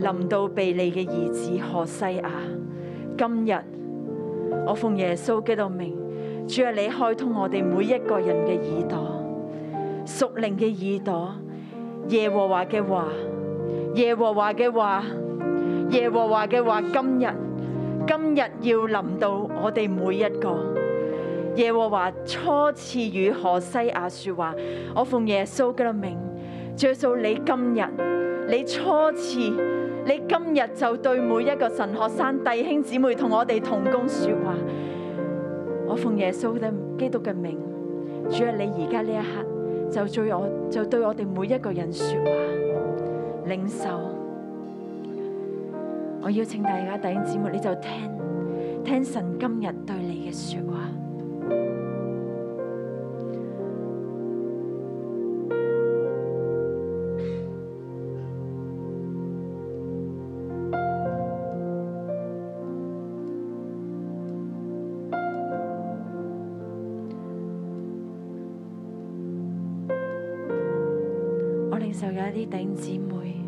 [SPEAKER 4] 臨到被你嘅兒子何西亞。今日我奉耶穌基督名，主啊，你開通我哋每一個人嘅耳朵，屬靈嘅耳朵，耶和華嘅話，耶和華嘅話，耶和華嘅話，今日今日要臨到我哋每一個。耶和華初次與何西亞說話，我奉耶穌嘅名，著數你今日，你初次，你今日就對每一個神學生弟兄姊妹同我哋同工說話。我奉耶穌嘅基督嘅名，主啊，你而家呢一刻就對我就對我哋每一個人說話，領受。我邀請大家弟兄姊妹，你就聽聽神今日對你嘅說話。我領受有一啲弟兄姊妹，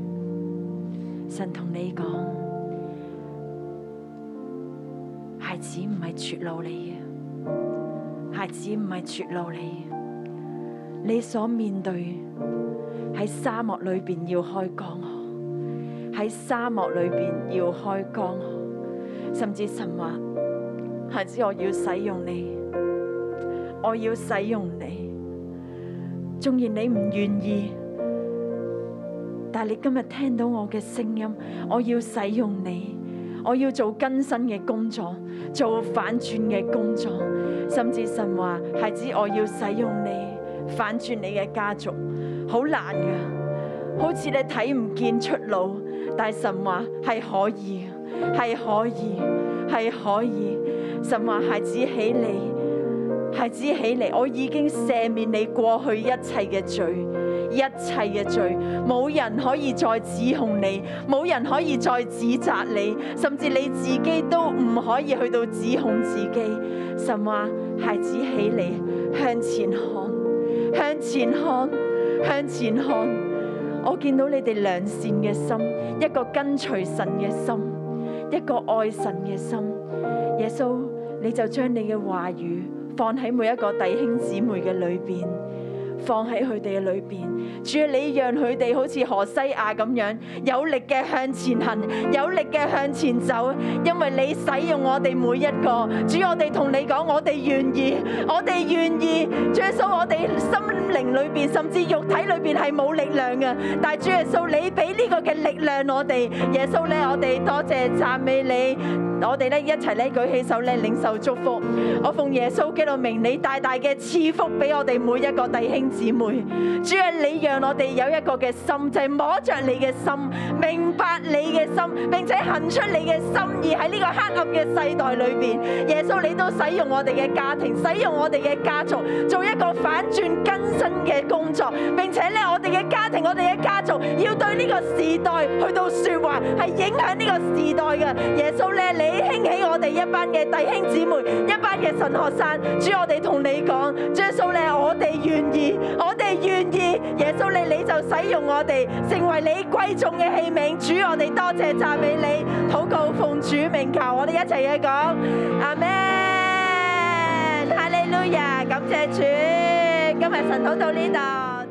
[SPEAKER 4] 神同你講，孩子唔係絕路嚟嘅，孩子唔係絕路嚟嘅，你所面對喺沙漠裏邊要開江河，喺沙漠裏邊要開江河，甚至神話，孩子我要使用你，我要使用你，縱然你唔願意。但係你今日聽到我嘅聲音，我要使用你，我要做更新嘅工作，做反轉嘅工作，甚至神話孩子，我要使用你，反轉你嘅家族，好難㗎，好似你睇唔見出路，但係神話係可以，係可以，係可以，神話孩子起嚟。孩子起嚟，我已經赦免你過去一切嘅罪，一切嘅罪，冇人可以再指控你，冇人可以再指責你，甚至你自己都唔可以去到指控自己。神話，孩子起嚟，向前看，向前看，向前看。我見到你哋良善嘅心，一個跟隨神嘅心，一個愛神嘅心。耶穌，你就將你嘅話語放喺每一個弟兄姊妹嘅裏邊，放喺佢哋嘅裏邊。主啊，你讓佢哋好似何西亞咁樣，有力嘅向前行，有力嘅向前走，因為你使用我哋每一個。主，我哋同你講，我哋願意，我哋願意。主耶穌，我哋心靈裏邊，甚至肉體裏邊係冇力量嘅，但係主耶穌，你俾呢個嘅力量我哋。耶穌咧，我哋多謝讚美你。我哋咧一齊咧舉起手咧領受祝福。我奉耶穌基督名，你大大嘅賜福俾我哋每一個弟兄姊妹。主啊，你讓我哋有一個嘅心，就係、摸着你嘅心，明白你嘅心，並且行出你嘅心意喺呢個黑暗嘅世代裏邊。耶穌，你都使用我哋嘅家庭，使用我哋嘅家族，做一個反轉更新嘅工作。並且咧，我哋嘅家庭，我哋嘅家族要對呢個時代去到説話，係影響呢個時代嘅。耶穌咧，你。你興起我哋一班嘅弟兄姊妹，一班嘅神學生，主我哋同你講，主耶穌咧，我哋願意，我哋願意，耶穌你你就使用我哋，成為你貴重嘅器皿，主我哋多謝讚美你，禱告奉主名求，我哋一齊去講，阿門，哈利路亞，感謝主，今日神禱到呢度。